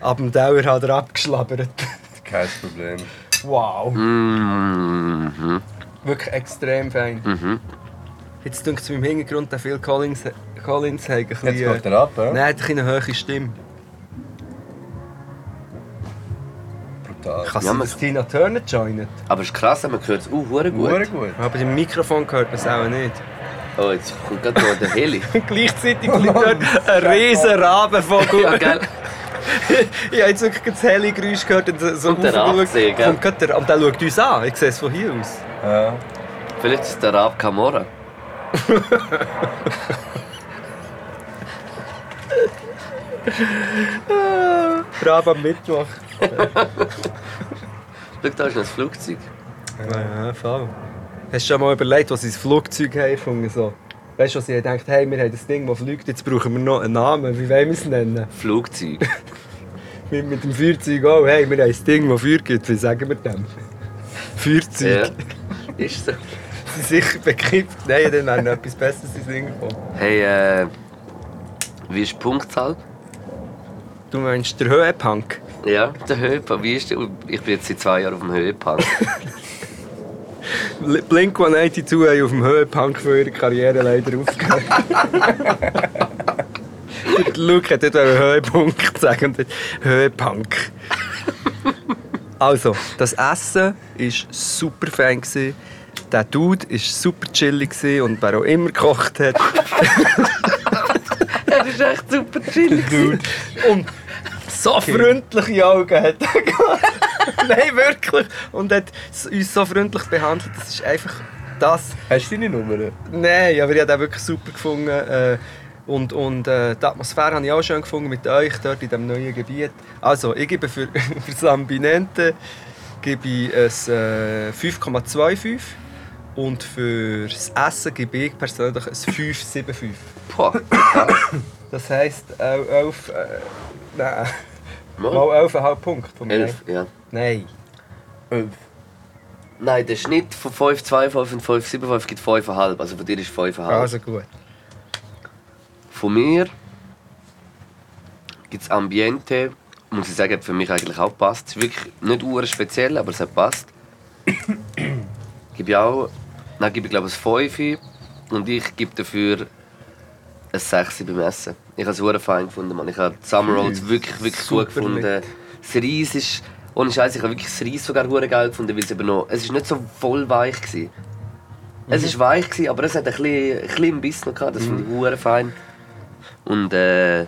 Speaker 5: ab dem Dauer hat er abgeschlabbert. [LAUGHS]
Speaker 3: Kein Problem.
Speaker 5: Wow,
Speaker 4: Mhm.
Speaker 5: wirklich extrem fein.
Speaker 4: Mhm.
Speaker 5: Jetzt denkt es mir im Hintergrund, der Phil Collins, Collins hat ein bisschen,
Speaker 3: Jetzt geht
Speaker 5: äh,
Speaker 3: er ab, ja?
Speaker 5: nein, hat ein bisschen eine hohe Stimme.
Speaker 3: Brutal.
Speaker 5: Kannst
Speaker 4: Ja,
Speaker 5: du
Speaker 4: man-
Speaker 5: das Tina Turner joinen?
Speaker 4: Aber es ist krass, man hört es auch hure
Speaker 3: Hure
Speaker 4: gut.
Speaker 3: gut.
Speaker 5: Aber im Mikrofon hört man es auch nicht.
Speaker 4: Oh, jetzt kommt gerade noch der Heli.
Speaker 5: Und [LAUGHS] gleichzeitig liegt dort ein riesen [LAUGHS] Rabenvogel.
Speaker 4: Ja, gell?
Speaker 5: Ich habe jetzt wirklich das helle Geräusch gehört und so
Speaker 4: Und der
Speaker 5: raufgeschaut.
Speaker 4: Ratsee, gell?
Speaker 5: Kommt gerade der, und der schaut uns an. Ich sehe es von hier aus.
Speaker 3: Ja.
Speaker 4: Vielleicht ist es der Rab Camora.
Speaker 5: Rab am Mittwoch.
Speaker 4: Schau, da ist noch ein Flugzeug.
Speaker 5: Ja, voll. Hast du schon mal überlegt, was sie ins Flugzeug haben? gefunden, So? Weißt du, was sie haben gedacht hey, wir haben das Ding, das fliegt, jetzt brauchen wir noch einen Namen. Wie wollen wir es nennen?
Speaker 4: Flugzeug.
Speaker 5: Mit, mit dem Feuerzeug auch. Hey, wir haben das Ding, das Feuer gibt. Wie sagen wir dem?
Speaker 4: ja.
Speaker 5: Feuerzeug.
Speaker 4: Ist so.
Speaker 5: Sie sind sicher bekippt. Nein, dann wäre noch etwas Besseres ins Ding gekommen.
Speaker 4: Hey, äh. Wie ist die Punktzahl?
Speaker 5: Du meinst der Höhepunk?
Speaker 4: Ja, der Höhepunkt. Wie ist der? Ich bin jetzt seit zwei Jahren auf dem Höhepunkt.
Speaker 5: Blink 182 haben auf dem Höhepunk von ihrer Karriere leider aufgehört. [LAUGHS] Der Luke hat dort einen Höhepunkt sagen und hat Höhepunk. Also, das Essen war super fein. gewesen. Der Dude war super chillig gewesen und wer auch immer
Speaker 4: [LAUGHS]
Speaker 5: gekocht hat.
Speaker 4: das ist echt super chillig.
Speaker 5: Und so freundliche Augen hat er gehabt. [LAUGHS] Nein, wirklich. Und hat uns so freundlich behandelt. Das ist einfach das.
Speaker 3: Hast du deine Nummer?
Speaker 5: Nein, aber ich habe den wirklich super gefunden. Äh, und und äh, die Atmosphäre habe ich auch schön gefunden mit euch dort in diesem neuen Gebiet. Also, ich gebe für, [LAUGHS] für Sambinente gebe ich ein äh, 5,25 und fürs Essen gebe ich persönlich ein 5,75.
Speaker 4: Boah.
Speaker 5: Das heisst, äh, 11. Äh, nein.
Speaker 4: Mal.
Speaker 5: Mal 11,5 Punkte von mir.
Speaker 4: Elf, ja.
Speaker 5: Nein.
Speaker 3: Elf.
Speaker 4: Nein, der Schnitt von 5,25 und 5,75 gibt 5,5. Also von dir ist 5,5.
Speaker 5: Also gut.
Speaker 4: Von mir gibt es Ambiente, muss ich sagen, hat für mich eigentlich auch passt. Es ist wirklich nicht uhr speziell, aber es hat passt. gebe ich auch, nein, gebe ich glaube ich ein 5 und ich gebe dafür ein 6 beim Essen. Ich habe es sehr fein gefunden, Mann. Ich habe die Summer Rolls wirklich, wirklich
Speaker 5: Super
Speaker 4: gut gefunden.
Speaker 5: nett.
Speaker 4: Das Reis ist, ohne Scheiß, ich habe wirklich das Reis sogar sehr geil gefunden, weil es eben noch, es ist nicht so voll weich gewesen. Es war weich, gewesen, aber es hat ein bisschen, ein bisschen einen Biss noch gehabt, das finde ich sehr fein. Und äh,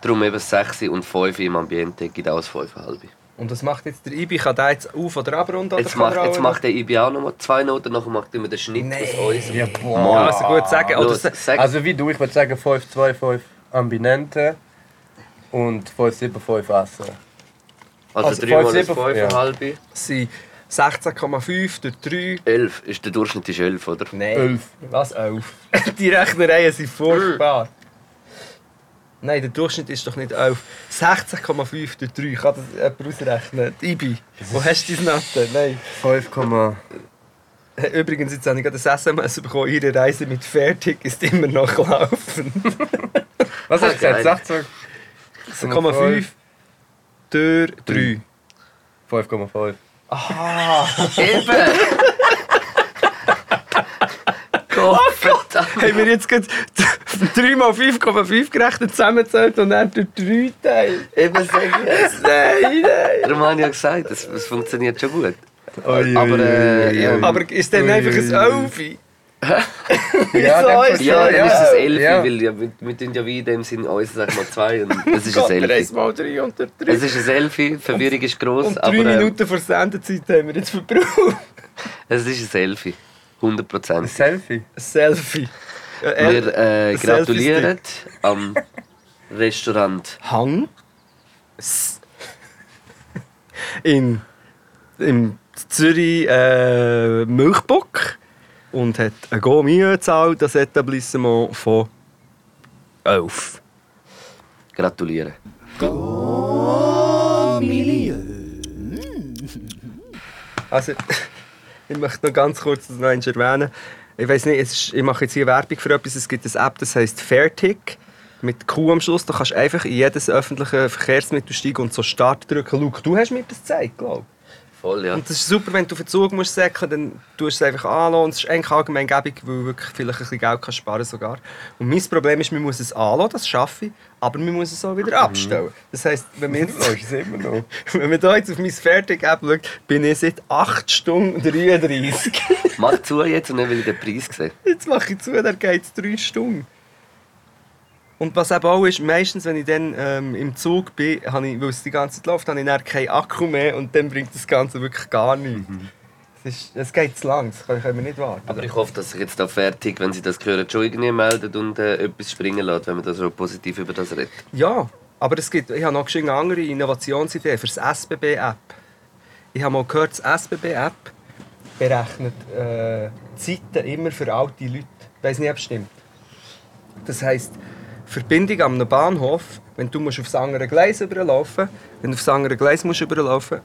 Speaker 4: darum eben 6 und 5 im Ambiente gibt auch ein 5,5.
Speaker 5: Und was macht jetzt der Ibi? Kann der jetzt auf- oder abrunden?
Speaker 4: Jetzt
Speaker 5: oder kann
Speaker 4: macht,
Speaker 5: er
Speaker 4: jetzt
Speaker 5: auch-
Speaker 4: macht der IB auch nochmal zwei Noten, nachher macht immer den Schnitt aus uns.
Speaker 5: Ja,
Speaker 3: Ja, boah.
Speaker 5: Also gut sagen. Oder
Speaker 4: Ah, Los,
Speaker 5: se-
Speaker 4: sag,
Speaker 3: Also wie du, ich würde sagen 5-2-5 Ambinente und 5-7-5 Essen.
Speaker 4: also
Speaker 3: also
Speaker 4: 3 mal ein
Speaker 3: fünf, sieben,
Speaker 4: 5,5.
Speaker 5: sind 16,5 durch 3.
Speaker 4: 11 ist der Durchschnitt ist 11, oder? [LAUGHS]
Speaker 5: Nein.
Speaker 3: 11.
Speaker 5: Was? 11. [LAUGHS] Die Rechnereien sind furchtbar. Nein, der Durchschnitt ist doch nicht 11. 16,5 durch 3. Kann das jemand ausrechnen? Die Ibi, wo hast du deine Noten? Nein.
Speaker 3: 5,
Speaker 5: Hey, Übrigens, jetzt habe ich gerade ein SMS bekommen. Ihre Reise mit Fertig ist immer noch [LAUGHS] laufend.
Speaker 3: was hast du
Speaker 4: Geil.
Speaker 3: gesagt? 16?
Speaker 5: 16,5 durch 3.
Speaker 3: 5,5.
Speaker 4: Eben! Gott, verdammt!
Speaker 5: Haben wir jetzt gerade 3 mal 5,5 gerechnet, zusammengezählt und dann durch 3 teilt?
Speaker 4: Eben sag ich es.
Speaker 5: Nein, nein!
Speaker 4: Darum habe ich ja gesagt, es, es funktioniert schon gut.
Speaker 3: Ui,
Speaker 4: Aber,
Speaker 3: ui,
Speaker 4: äh,
Speaker 3: ui,
Speaker 4: ja.
Speaker 3: ui.
Speaker 5: Aber ist dann
Speaker 3: Ui,
Speaker 5: einfach
Speaker 3: ui, ui.
Speaker 5: ein 11? [LAUGHS]
Speaker 3: Ja,
Speaker 5: Wieso
Speaker 3: dann
Speaker 5: ist
Speaker 4: Ja, dann ist es ein 11,
Speaker 3: Ja.
Speaker 4: weil ja, wir, wir tun ja wie in dem Sinn uns, sag mal, 2 und es ist
Speaker 5: Gott,
Speaker 4: ein 11.
Speaker 5: 1 mal 3 und durch 3.
Speaker 4: Es ist ein 11, Verwirrung ist gross,
Speaker 5: Und 3
Speaker 4: aber ähm,
Speaker 5: Minuten vor Sendezeit haben wir jetzt verbraucht.
Speaker 4: es ist ein 11. 100%.
Speaker 3: Ein Selfie.
Speaker 5: Ein Selfie. Ein
Speaker 4: Wir äh,
Speaker 5: ein
Speaker 4: gratulieren am Restaurant
Speaker 5: Hang. In, in Zürich äh, Milchbock und hat eine Gourmet gezahlt, das Etablissement von 11.
Speaker 4: gratulieren.
Speaker 5: Also, [LAUGHS] Ich möchte noch ganz kurz das noch eins erwähnen. Ich weiß nicht, es ist, ich mache jetzt hier Werbung für etwas. Es gibt eine App, das heißt Fairtick. Mit Q am Schluss. Da kannst du einfach in jedes öffentliche Verkehrsmittel steigen und so Start drücken. Schau, du hast mir das gezeigt, glaube
Speaker 4: Voll, ja.
Speaker 5: Und das ist super, wenn du auf den Zug musst säckeln, dann tust du es einfach anlassen. Und Es ist eigentlich allgemein gäbig, weil du wirklich vielleicht ein bisschen Geld kannst sparen sogar. Und mein Problem ist, man muss es anlassen, das schaffe ich, aber man muss es auch wieder abstellen. Das heisst, wenn
Speaker 3: [LAUGHS]
Speaker 5: man jetzt...
Speaker 3: Mhm. Das ist immer noch.
Speaker 5: [LAUGHS] Wenn man da jetzt auf mein Fertig-App schaut, bin ich seit 8 Stunden [LAUGHS] 33.
Speaker 4: Mach zu jetzt und dann will ich den Preis sehen.
Speaker 5: Jetzt mache ich zu, dann geht es 3 Stunden. Und was eben auch ist, meistens, wenn ich dann ähm, im Zug bin, habe ich, weil es die ganze Zeit läuft, habe ich dann keinen Akku mehr und dann bringt das Ganze wirklich gar nichts. Es, ist, es geht zu lang, das können wir nicht warten.
Speaker 4: Aber ich hoffe, dass sich jetzt da fertig, wenn sie das hören, schon irgendwie meldet und äh, etwas springen lässt, wenn man da so positiv über das redet.
Speaker 5: Ja, aber es gibt, ich habe noch eine andere Innovationsidee für das SBB-App. Ich habe mal gehört, das SBB-App berechnet äh, Zeiten immer für alte Leute. Ich weiß nicht, ob es stimmt. Das heisst, Verbindung am Bahnhof, wenn du musst auf das andere Gleis überlaufen wenn du auf das andere Gleis musst überlaufen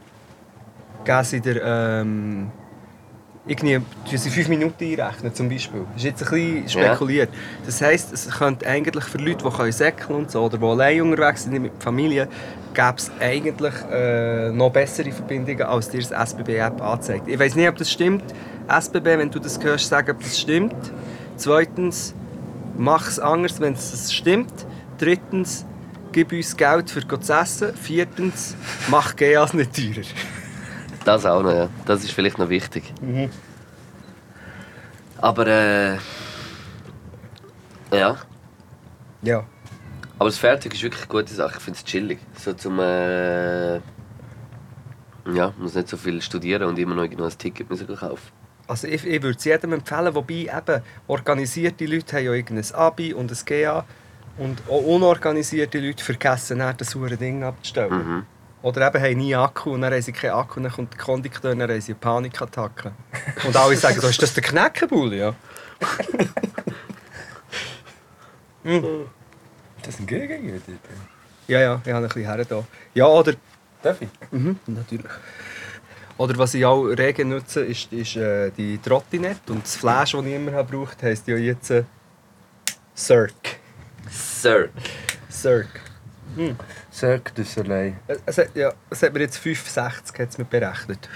Speaker 5: geben sie dir ähm, irgendwie tun sie fünf Minuten einrechnen zum Beispiel. Das ist jetzt ein bisschen spekuliert. Das heisst, es könnte eigentlich für Leute, die können säckeln und so, oder die allein unterwegs sind mit der Familie, gäbe es eigentlich äh, noch bessere Verbindungen, als dir das SBB-App anzeigt. Ich weiß nicht, ob das stimmt. SBB, wenn du das hörst, sag, ob das stimmt. Zweitens, mach es anders, wenn es stimmt. Drittens, gib uns Geld für zu essen. Viertens, mach GAs nicht teurer.
Speaker 4: Das auch noch, ja. Das ist vielleicht noch wichtig. Aber äh. Ja.
Speaker 5: Ja.
Speaker 4: Aber das Fertig ist wirklich eine gute Sache. Ich finde es chillig. So zum. Äh, ja, muss nicht so viel studieren und immer noch irgendwo ein Ticket müssen kaufen.
Speaker 5: Also ich, ich würde es jedem empfehlen, wobei eben organisierte Leute haben ja irgendein Abi und ein GA und auch unorganisierte Leute vergessen dann das hure Ding abzustellen.
Speaker 4: Mhm.
Speaker 5: Oder eben haben nie Akku und dann haben sie keinen Akku und dann kommt der Kondukteur und dann haben sie eine Panikattacke. Und alle sagen, so, ist das der Knäckebulle? Ja.
Speaker 3: Das ist ein Gegenüber dort.
Speaker 5: ja, ja, ich habe ein bisschen her da. Ja, oder
Speaker 3: Darf ich?
Speaker 5: Mhm, natürlich. Oder was ich auch rege nutze, ist, ist äh, die Trottinette. Und das Flash, das ich immer habe gebraucht habe, heisst ja jetzt äh, Cirque.
Speaker 4: Sir.
Speaker 5: Cirque.
Speaker 3: Cirque du Soleil.
Speaker 5: Es, es, hat, ja, es hat mir jetzt 5,60 hat's mir berechnet.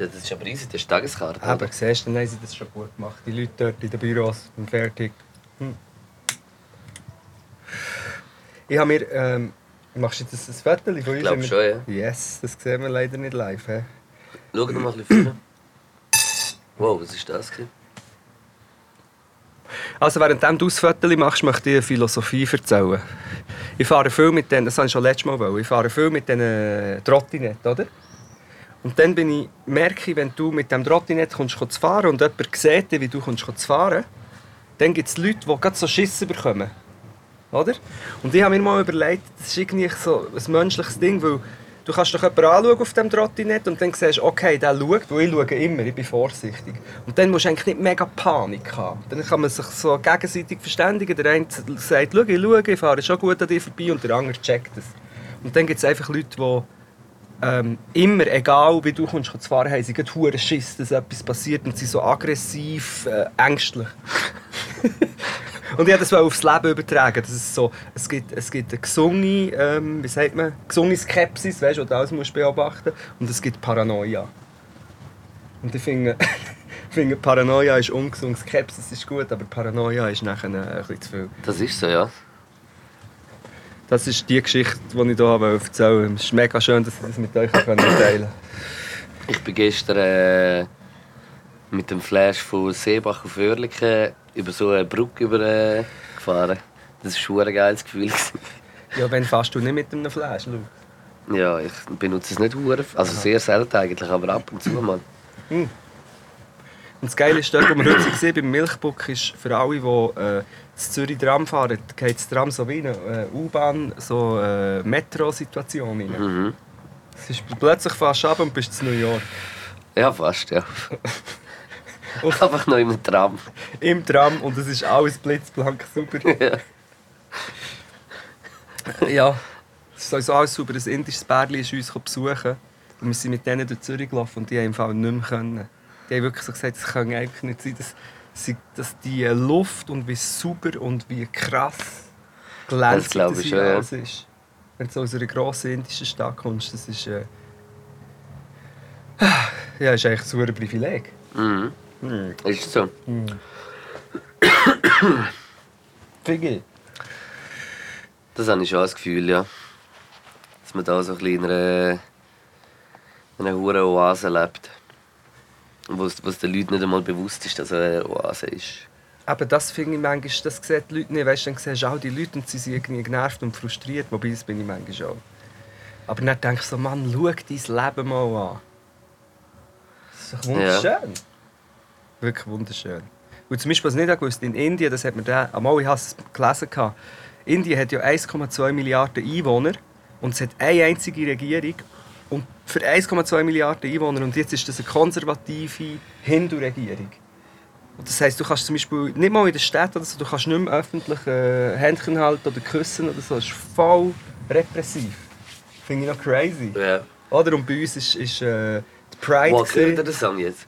Speaker 4: Ja, das ist aber riesig, das ist Tageskarte.
Speaker 5: Aber siehst du, dann haben sie das schon gut gemacht. Die Leute dort in den Büros und fertig. Hm. Ich habe mir... Ähm, machst du jetzt ein Foto von uns?
Speaker 4: Ich glaube schon, ja.
Speaker 5: Yes, das sehen wir leider nicht live. He?
Speaker 4: Schau doch mal ein bisschen vorne. Wow, was ist das? gewesen?
Speaker 5: Also während du das Foto machst, möchte ich eine Philosophie erzählen. Ich fahre viel mit denen, das habe ich schon letztes Mal wollen, ich fahre viel mit diesen Trottinetten, oder? Und dann bin ich, merke ich, wenn du mit dem Trottinett kommst, kommst zu fahren und jemand sieht, dich, wie du kommst, kommst zu fahren, dann gibt es Leute, die gerade so Schiss bekommen. Oder? Und ich habe mir mal überlegt, das ist irgendwie so ein menschliches Ding, weil du kannst doch jemanden anschauen auf dem Trottinett und dann siehst du, okay, der schaut, weil ich schaue immer, ich bin vorsichtig. Und dann musst du eigentlich nicht mega Panik haben. Dann kann man sich so gegenseitig verständigen. Der eine sagt, schau, ich schaue, ich fahre schon gut an dir vorbei und der andere checkt es. Und dann gibt es einfach Leute, die ähm, immer, egal wie du kommst, zu fahren, haben sie gerade verdammt Schiss, dass etwas passiert und sie sind so aggressiv, äh, ängstlich. [LAUGHS] und ich wollte das aufs Leben übertragen. Das ist so, es, gibt, es gibt eine gesunde, ähm, wie sagt man, gesunde Skepsis, weißt, du, die du alles musst beobachten und es gibt Paranoia. Und ich finde, [LAUGHS] ich finde Paranoia ist ungesund, Skepsis ist gut, aber Paranoia ist nachher äh, ein bisschen zu viel.
Speaker 4: Das ist so, ja.
Speaker 5: Das ist die Geschichte, die ich hier erzählen wollte. Es ist mega schön, dass ich das mit euch teilen konnte.
Speaker 4: Ich bin gestern äh, mit dem Flash von Seebach auf Oerlikon über so eine Brücke über, äh, gefahren. Das war schon ein geiles Gefühl. gewesen.
Speaker 5: Ja, wenn fährst du nicht mit einem Flash, Luke?
Speaker 4: ja, ich benutze es nicht hure, also sehr selten eigentlich, aber ab und zu mal.
Speaker 5: Und das Geile ist, dort, wo wir heute waren, beim Milchbuck, ist für alle, die äh, das Zürich Tram fahren, geht das Tram so wie in eine äh, U-Bahn, so äh, Metro-Situation rein.
Speaker 4: Mhm.
Speaker 5: Es ist plötzlich fast ab und bist zu New York.
Speaker 4: Ja, fast, ja. Einfach noch im Tram.
Speaker 5: Im Tram und es ist alles blitzblank, super.
Speaker 4: Ja.
Speaker 5: Ja. Es ist sowieso alles super. Ein indisches Pärchen ist uns besuchen. Und wir sind mit denen durch Zürich gelaufen und die haben im Fall nicht mehr können. Die haben wirklich so gesagt, es kann eigentlich nicht sein, dass, sie- dass die Luft und wie super und wie krass glänzend
Speaker 4: glaube
Speaker 5: das
Speaker 4: ich
Speaker 5: hier
Speaker 4: schon, ja.
Speaker 5: alles ist. Wenn du so aus einer grossen indischen Stadt kommst, das ist... Äh, [SIGHS] ja, ist eigentlich ein super Privileg.
Speaker 4: Mhm. Ist so.
Speaker 5: Finde
Speaker 4: Das habe ich schon das Gefühl, ja. Dass man da so ein bisschen in einer, in einer hohen Oase lebt. Und wo es wo es den Leuten nicht einmal bewusst ist, dass es eine Oase ist.
Speaker 5: Aber das finde ich manchmal, das sehen die Leute nicht. Weißt, du, dann siehst du auch die Leute und sie sind irgendwie genervt und frustriert. Wobei, das bin ich manchmal auch. Aber dann denke ich so, Mann, schau dein Leben mal an. Das ist doch wunderschön. Wirklich wunderschön. Und zum Beispiel, was ich nicht auch gewusst in Indien, das hat man da, einmal, ich habe es gelesen, gehabt. Indien hat ja 1,2 Milliarden Einwohner und es hat eine einzige Regierung. Und für 1,2 Milliarden Einwohner, und jetzt ist das eine konservative Hindu-Regierung. Und Das heisst, du kannst zum Beispiel nicht mal in der Stadt oder so, du kannst nicht mehr öffentlich äh, Händchen halten oder küssen oder so. Das ist voll repressiv. Finde ich noch crazy.
Speaker 4: Ja.
Speaker 5: Oder? Und bei uns ist, ist äh, die Pride...
Speaker 4: Wow, hört ihr
Speaker 5: gewesen.
Speaker 4: den Song jetzt?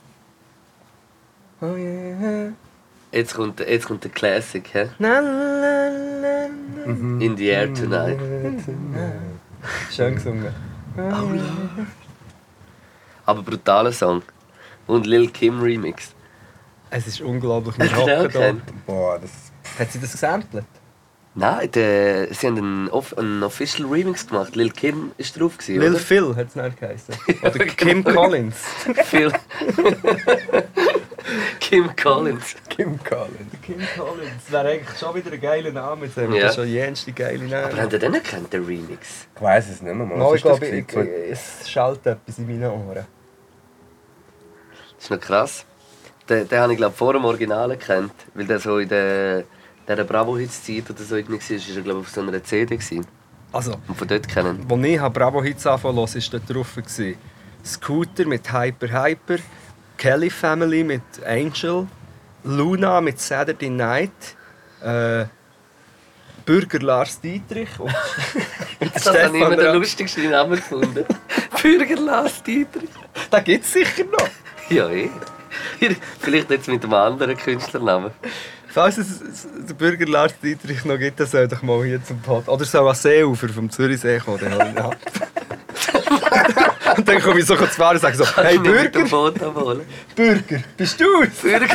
Speaker 5: Oh yeah.
Speaker 4: Jetzt kommt, der- jetzt kommt der Classic, hä?
Speaker 5: Na, na, na, na.
Speaker 4: In the air tonight.
Speaker 3: Hm.
Speaker 5: Schön gesungen.
Speaker 4: Aber brutaler Song. Und Lil Kim Remix.
Speaker 5: Es ist unglaublich.
Speaker 4: Hast du
Speaker 5: Wir
Speaker 4: den auch
Speaker 5: hocken da.
Speaker 4: kennt?
Speaker 3: Boah, das.
Speaker 5: Hat sie das gesampelt?
Speaker 4: Nein, der, sie haben einen, off einen Official Remix gemacht. Lil Kim ist drauf, gewesen,
Speaker 5: Lil
Speaker 4: oder?
Speaker 5: Phil hat es nicht
Speaker 4: [LAUGHS]
Speaker 5: geheißen. Oder Kim Collins.
Speaker 4: Phil. [LAUGHS] Kim Collins.
Speaker 3: Kim Collins.
Speaker 5: Kim Collins. Das wäre eigentlich schon wieder ein geiler Name. Jetzt haben
Speaker 4: wir Ja.
Speaker 5: schon
Speaker 4: schon
Speaker 5: jenste geile
Speaker 4: Aber
Speaker 5: Namen.
Speaker 4: habt ihr den nicht gekannt, den Remix?
Speaker 3: Ich weiß es nicht mehr. Mann.
Speaker 5: Mal,
Speaker 3: Was
Speaker 5: ich
Speaker 3: ist das
Speaker 5: glaube, ich, ich,
Speaker 3: gewesen?
Speaker 5: es schallt etwas in meinen Ohren.
Speaker 4: Das ist noch krass. Den, den habe ich glaube vor dem Original gekannt, weil der so in der, der Bravo-Hits-Zeit oder so irgendwie war, ist er glaube auf so einer CD gewesen.
Speaker 5: Also,
Speaker 4: und von dort
Speaker 5: [LAUGHS]
Speaker 4: kennen.
Speaker 5: als ich hab Bravo Hits angefangen habe, war dort drauf. gewesen. Scooter mit Hyper Hyper, Kelly Family mit Angel, Luna mit Saturday Night, äh, Bürger Lars Dietrich Oh, [LAUGHS] und, und
Speaker 4: Das habe ich immer den
Speaker 5: Ra-
Speaker 4: lustigsten Namen
Speaker 5: [LAUGHS]
Speaker 4: gefunden. Bürger Lars Dietrich.
Speaker 5: Den gibt es sicher noch.
Speaker 4: Ja, eh. Vielleicht jetzt mit einem anderen Künstlernamen.
Speaker 5: Falls es es- den Bürger Lars Dietrich noch gibt, dann soll doch mal hier zum Pod. Oder soll an Seeufer vom Zürichsee kommen, dann hol ich ihn ab. [LAUGHS] Und dann komme ich so kurz fahren und sage so, hey
Speaker 4: Kannst du mich mit
Speaker 5: Bürger,
Speaker 4: dem Boot abholen.
Speaker 5: [LAUGHS] Bürger, bist du es? [LAUGHS]
Speaker 4: Bürger.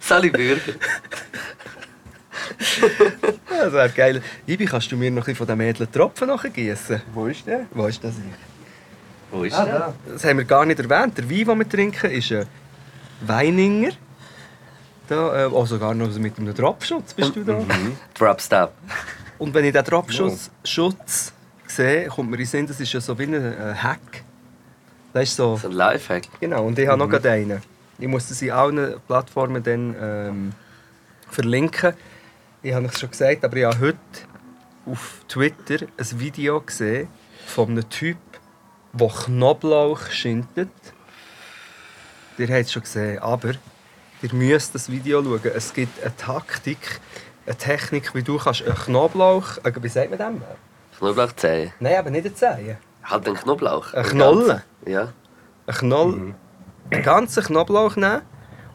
Speaker 4: Sally Bürger.
Speaker 5: Ja, das wäre geil. Ibi, kannst du mir noch ein bisschen von dem edlen Tropfen nachgießen?
Speaker 3: Wo ist der?
Speaker 5: Wo ist das?
Speaker 4: Wo ist
Speaker 5: Ah,
Speaker 4: der?
Speaker 5: da. Das haben wir gar nicht erwähnt. Der Wein, den wir trinken, ist ein Weininger. Da, äh, oh, sogar noch mit einem Dropschutz bist du da.
Speaker 4: Drop Stop.
Speaker 5: Und wenn ich den Dropschutz Schutz sehe, kommt mir in den Sinn, das ist ja so wie ein äh, Hack. Das ist so...
Speaker 4: So ein Lifehack.
Speaker 5: Genau, und ich habe noch gerade einen. Ich muss das in allen Plattformen dann, ähm, verlinken. Ich habe es schon gesagt, aber ich habe heute auf Twitter ein Video gesehen von einem Typ, der Knoblauch schindet. Ihr habt es schon gesehen, aber ihr müsst das Video schauen. Es gibt eine Taktik, eine Technik, wie du kannst einen Knoblauch... Äh, wie sagt man dem?
Speaker 4: Knoblauchzehen.
Speaker 5: Nein, aber nicht eine Zehe.
Speaker 4: Halt den Knoblauch.
Speaker 5: Eine Knolle.
Speaker 4: Ja.
Speaker 5: einen, Knoll, einen ganzen Knoblauch nehmen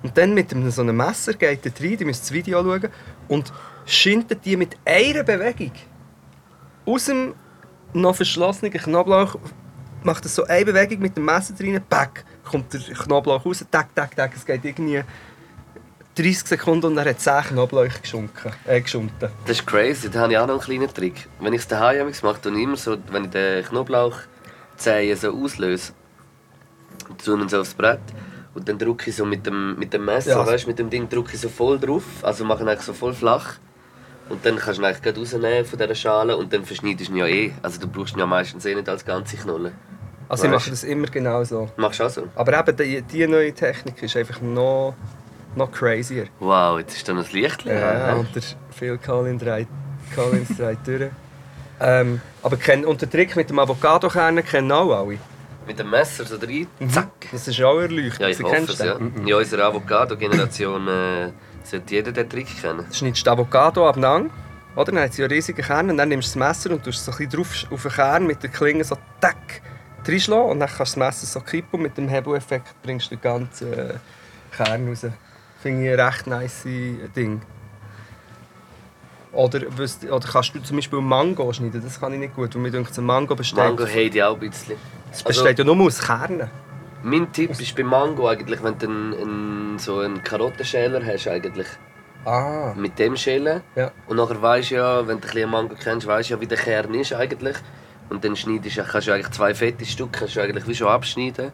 Speaker 5: und dann mit einem, so einem Messer geht er rein, ihr müsst das Video schauen, und schindet die mit einer Bewegung aus dem noch verschlossenen Knoblauch, macht er so eine Bewegung mit dem Messer drin, pack, kommt der Knoblauch raus, tack, tack, tack, es geht irgendwie 30 Sekunden und er hat 10 Knoblauch geschunken, äh, geschunden.
Speaker 4: Das ist crazy, da habe ich auch noch einen kleinen Trick. Wenn ich es daheim manchmal mache, dann immer so, wenn ich den Knoblauchzehen so auslöse, und tue ihn so aufs Brett und dann drücke ich so mit dem, mit dem Messer,
Speaker 5: Ja.
Speaker 4: weißt, mit dem Ding drücke ich so voll drauf, also mache ihn eigentlich so voll flach. Und dann kannst du ihn eigentlich gerade rausnehmen von dieser Schale und dann verschneidest du ihn ja eh. Also du brauchst ihn ja meistens eh nicht als ganze Knolle.
Speaker 5: Also ich
Speaker 4: Weißt.
Speaker 5: mache das immer genau so.
Speaker 4: Machst du auch so?
Speaker 5: Aber eben, die, die neue Technik ist einfach noch, noch crazier.
Speaker 4: Wow, jetzt ist da noch das Licht.
Speaker 5: Ja,
Speaker 4: an, hä?
Speaker 5: und der Phil Collins dreht, Collins dreht durch. Ähm, aber kennt, und der Trick mit dem Avocado-Kern kennen auch alle.
Speaker 4: Mit dem Messer so rein.
Speaker 5: Zack. Das ist auch erleuchtet.
Speaker 4: Ja, ich
Speaker 5: Sie
Speaker 4: hoffe
Speaker 5: kennst
Speaker 4: es,
Speaker 5: den? Mhm.
Speaker 4: ja. In unserer Avocado-Generation äh, sollte jeder den Trick kennen.
Speaker 5: Du schneidest die Avocado abeinander, oder? Dann hat sie ja riesige Kerne. Und dann nimmst du das Messer und tust es so ein bisschen drauf auf den Kern mit der Klinge so tack, reinschlagen und dann kannst du das Messer so kippen und mit dem Hebeleffekt bringst du den ganzen äh, Kern raus. Finde ich ein recht nice äh, Ding. Oder, was- oder kannst du zum Beispiel Mango schneiden? Das kann ich nicht gut, weil mir denkt, ein Mango besteht,
Speaker 4: Mango also hate ich auch ein bisschen.
Speaker 5: es besteht ja nur aus Kernen.
Speaker 4: Mein Tipp ist bei Mango eigentlich, wenn du einen, einen, so einen Karottenschäler hast eigentlich,
Speaker 5: Ah.
Speaker 4: mit dem schälen
Speaker 5: Ja.
Speaker 4: und nachher weisst du ja, wenn du ein bisschen Mango kennst, weisst du ja, wie der Kern ist eigentlich und dann schneidest du, kannst du eigentlich zwei fette Stücke kannst du eigentlich wie schon abschneiden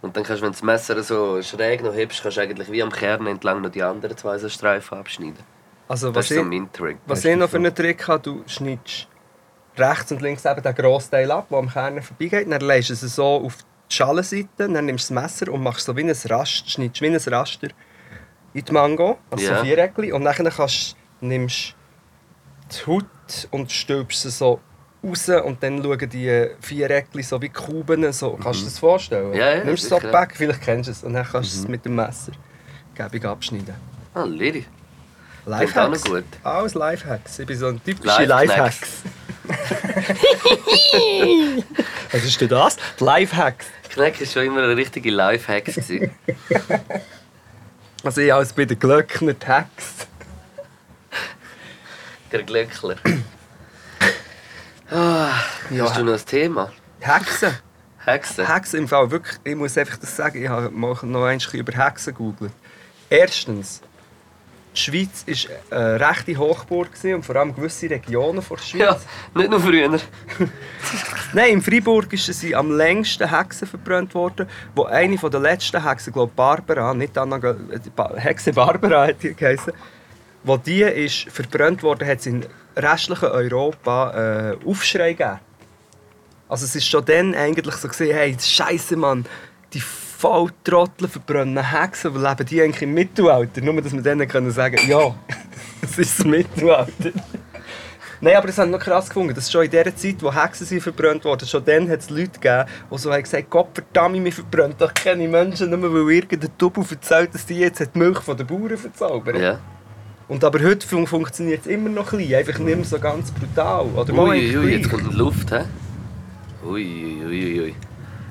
Speaker 4: und dann kannst du, wenn du das Messer so schräg noch hebst, kannst du eigentlich wie am Kern entlang noch die anderen zwei so Streifen abschneiden.
Speaker 5: Also,
Speaker 4: Das
Speaker 5: was
Speaker 4: ist so
Speaker 5: ich,
Speaker 4: mein Trick.
Speaker 5: was ich noch für einen Trick habe, du schneidest rechts und links eben den grossen Teil ab, der am Kern vorbeigeht, dann legst du es so auf die Schalenseite, dann nimmst du das Messer und machst so wie ein Raster, schneidest wie ein Raster in die Mango, also
Speaker 4: Ja.
Speaker 5: so Viereckchen, und dann kannst, nimmst du die Haut und stülpst sie so raus und dann schauen die Viereckchen so wie Kuben, so. kannst du dir das vorstellen?
Speaker 4: Mhm. Ja, ja,
Speaker 5: nimmst so
Speaker 4: sicher. Mhm.
Speaker 5: Pack, vielleicht kennst du es, und dann kannst du es mit dem Messer gäbig abschneiden.
Speaker 4: Ah, Liri. auch
Speaker 5: Lifehacks?
Speaker 4: noch gut.
Speaker 5: Alles Lifehacks. Ich bin so ein typischer
Speaker 4: Lifehacks.
Speaker 5: Lifehacks.
Speaker 4: [LAUGHS]
Speaker 5: Was ist denn das? Die Lifehacks.
Speaker 4: Kneck war schon immer eine richtige Lifehack. [LAUGHS] gewesen.
Speaker 5: Also ich als bei den Glöckner die Hacks.
Speaker 4: Der Glöckler. Ah, Hast du noch ein Thema?
Speaker 5: Hexen.
Speaker 4: Hexen?
Speaker 5: Hexen im Fall wirklich. Ich muss einfach das sagen. Ich habe mal noch ein bisschen über Hexen gegoogelt. Erstens. Die Schweiz war eine rechte Hochburg gewesen und vor allem gewisse Regionen der Schweiz.
Speaker 4: Ja, nicht nur früher.
Speaker 5: Nein, in Freiburg ist sie am längsten Hexen verbrannt worden, wo eine von der letzten Hexen, glaube Barbara, nicht Anna, Ge- äh, die Ba- Hexe Barbara hat die geheißen, wo die ist verbrannt worden, hat es in restlichen Europa äh, Aufschrei gegeben. Also es ist schon dann eigentlich so gesehen, hey, Scheiße, Mann, die Volltrottel verbrennen Hexen, wo leben die eigentlich im Mittelalter? Nur, dass wir denen können sagen, ja, [LAUGHS] es ist das Mittelalter. Nein, aber das haben noch krass gefunden. Das ist schon in der Zeit, wo Hexen sind verbrannt wurden, schon dann hat es Leute gegeben, die so haben gesagt Gott verdammt, wir verbrennen doch keine Menschen, nur weil irgendein Tubel erzählt, dass die jetzt hat die Milch von den Bauern verzaubern.
Speaker 4: Ja.
Speaker 5: Und aber heute fun funktioniert es immer noch ein bisschen, einfach nicht mehr so ganz brutal. Oder mal
Speaker 4: Uiuiui,
Speaker 5: eigentlich
Speaker 4: ui, jetzt
Speaker 5: gleich.
Speaker 4: kommt die Luft, hä? Uiuiuiui. Ui, ui, ui.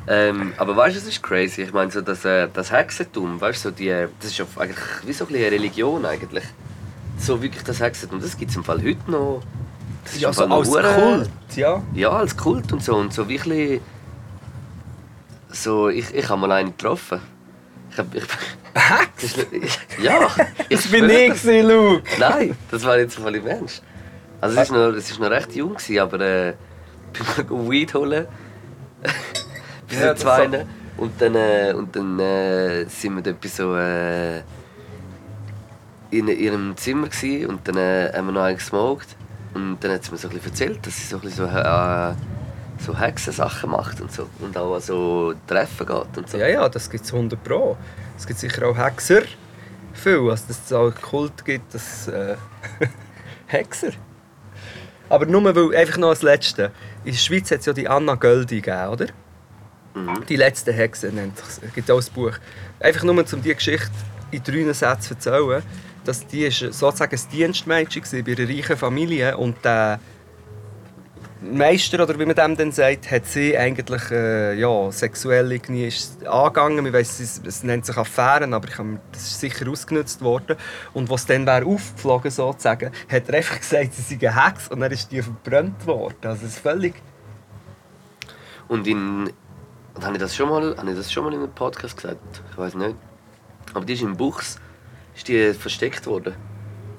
Speaker 4: ähm, aber weißt du, es ist crazy. Ich meine, so das, äh, das Hexentum, weißt du, so die, äh, das ist ja eigentlich wie so ein bisschen eine Religion eigentlich. So wirklich das Hexentum, das gibt es im Fall heute noch. Das
Speaker 5: ja,
Speaker 4: im
Speaker 5: so
Speaker 4: Fall noch
Speaker 5: als
Speaker 4: hure-
Speaker 5: Kult, ja.
Speaker 4: Ja, als Kult und so. Und so wie ein bisschen- so, ich, ich habe mal einen getroffen. Ich hab, ich, Hex? [LAUGHS] Ja.
Speaker 5: Das bin
Speaker 4: schwöre
Speaker 5: ich,
Speaker 4: das.
Speaker 5: gewesen, Luke.
Speaker 4: Nein, das war jetzt voll im Ernst. Also es
Speaker 5: Ah.
Speaker 4: war noch, es ist noch recht jung, gewesen, aber äh, [LAUGHS] bin mal Weed holen. [LAUGHS] Bis
Speaker 5: Ja,
Speaker 4: ja,
Speaker 5: das
Speaker 4: zwei.
Speaker 5: so.
Speaker 4: Und dann, äh, und dann äh, sind wir dort bei so äh, in ihrem Zimmer gsi und dann äh, haben wir noch einen gesmoked. Und dann hat sie mir so ein bisschen erzählt, dass sie so ein bisschen so, äh, so Hexensachen macht und so. Und auch an so Treffen geht und so.
Speaker 5: Ja, ja, das gibt es 100 Pro. Es gibt sicher auch Hexer. Viel, also dass es auch einen Kult gibt, das äh, [LAUGHS] Hexer. Aber nur weil, einfach noch als Letzte. In der Schweiz hat es ja die Anna Göldi gegeben, oder? Die letzte Hexe nennt sich. Es gibt auch ein Buch. Einfach nur, um diese Geschichte in drei Sätzen zu erzählen, dass die ist sozusagen ein Dienstmädchen war bei einer reichen Familie und der Meister, oder wie man dem dann sagt, hat sie eigentlich äh, ja, sexuell irgendwie ist angegangen. Ich weiss, es, es nennt sich Affären, aber ich hab, mir- das ist sicher ausgenutzt worden. Und was dann wäre aufgeflogen, sozusagen, hat er einfach [LAUGHS] gesagt, sie sei eine Hex und dann ist die verbrannt worden. Also es ist völlig...
Speaker 4: Und in. Und habe ich das schon mal, habe ich das schon mal in einem Podcast gesagt? Ich weiß nicht. Aber die ist in Buchs ist die versteckt worden.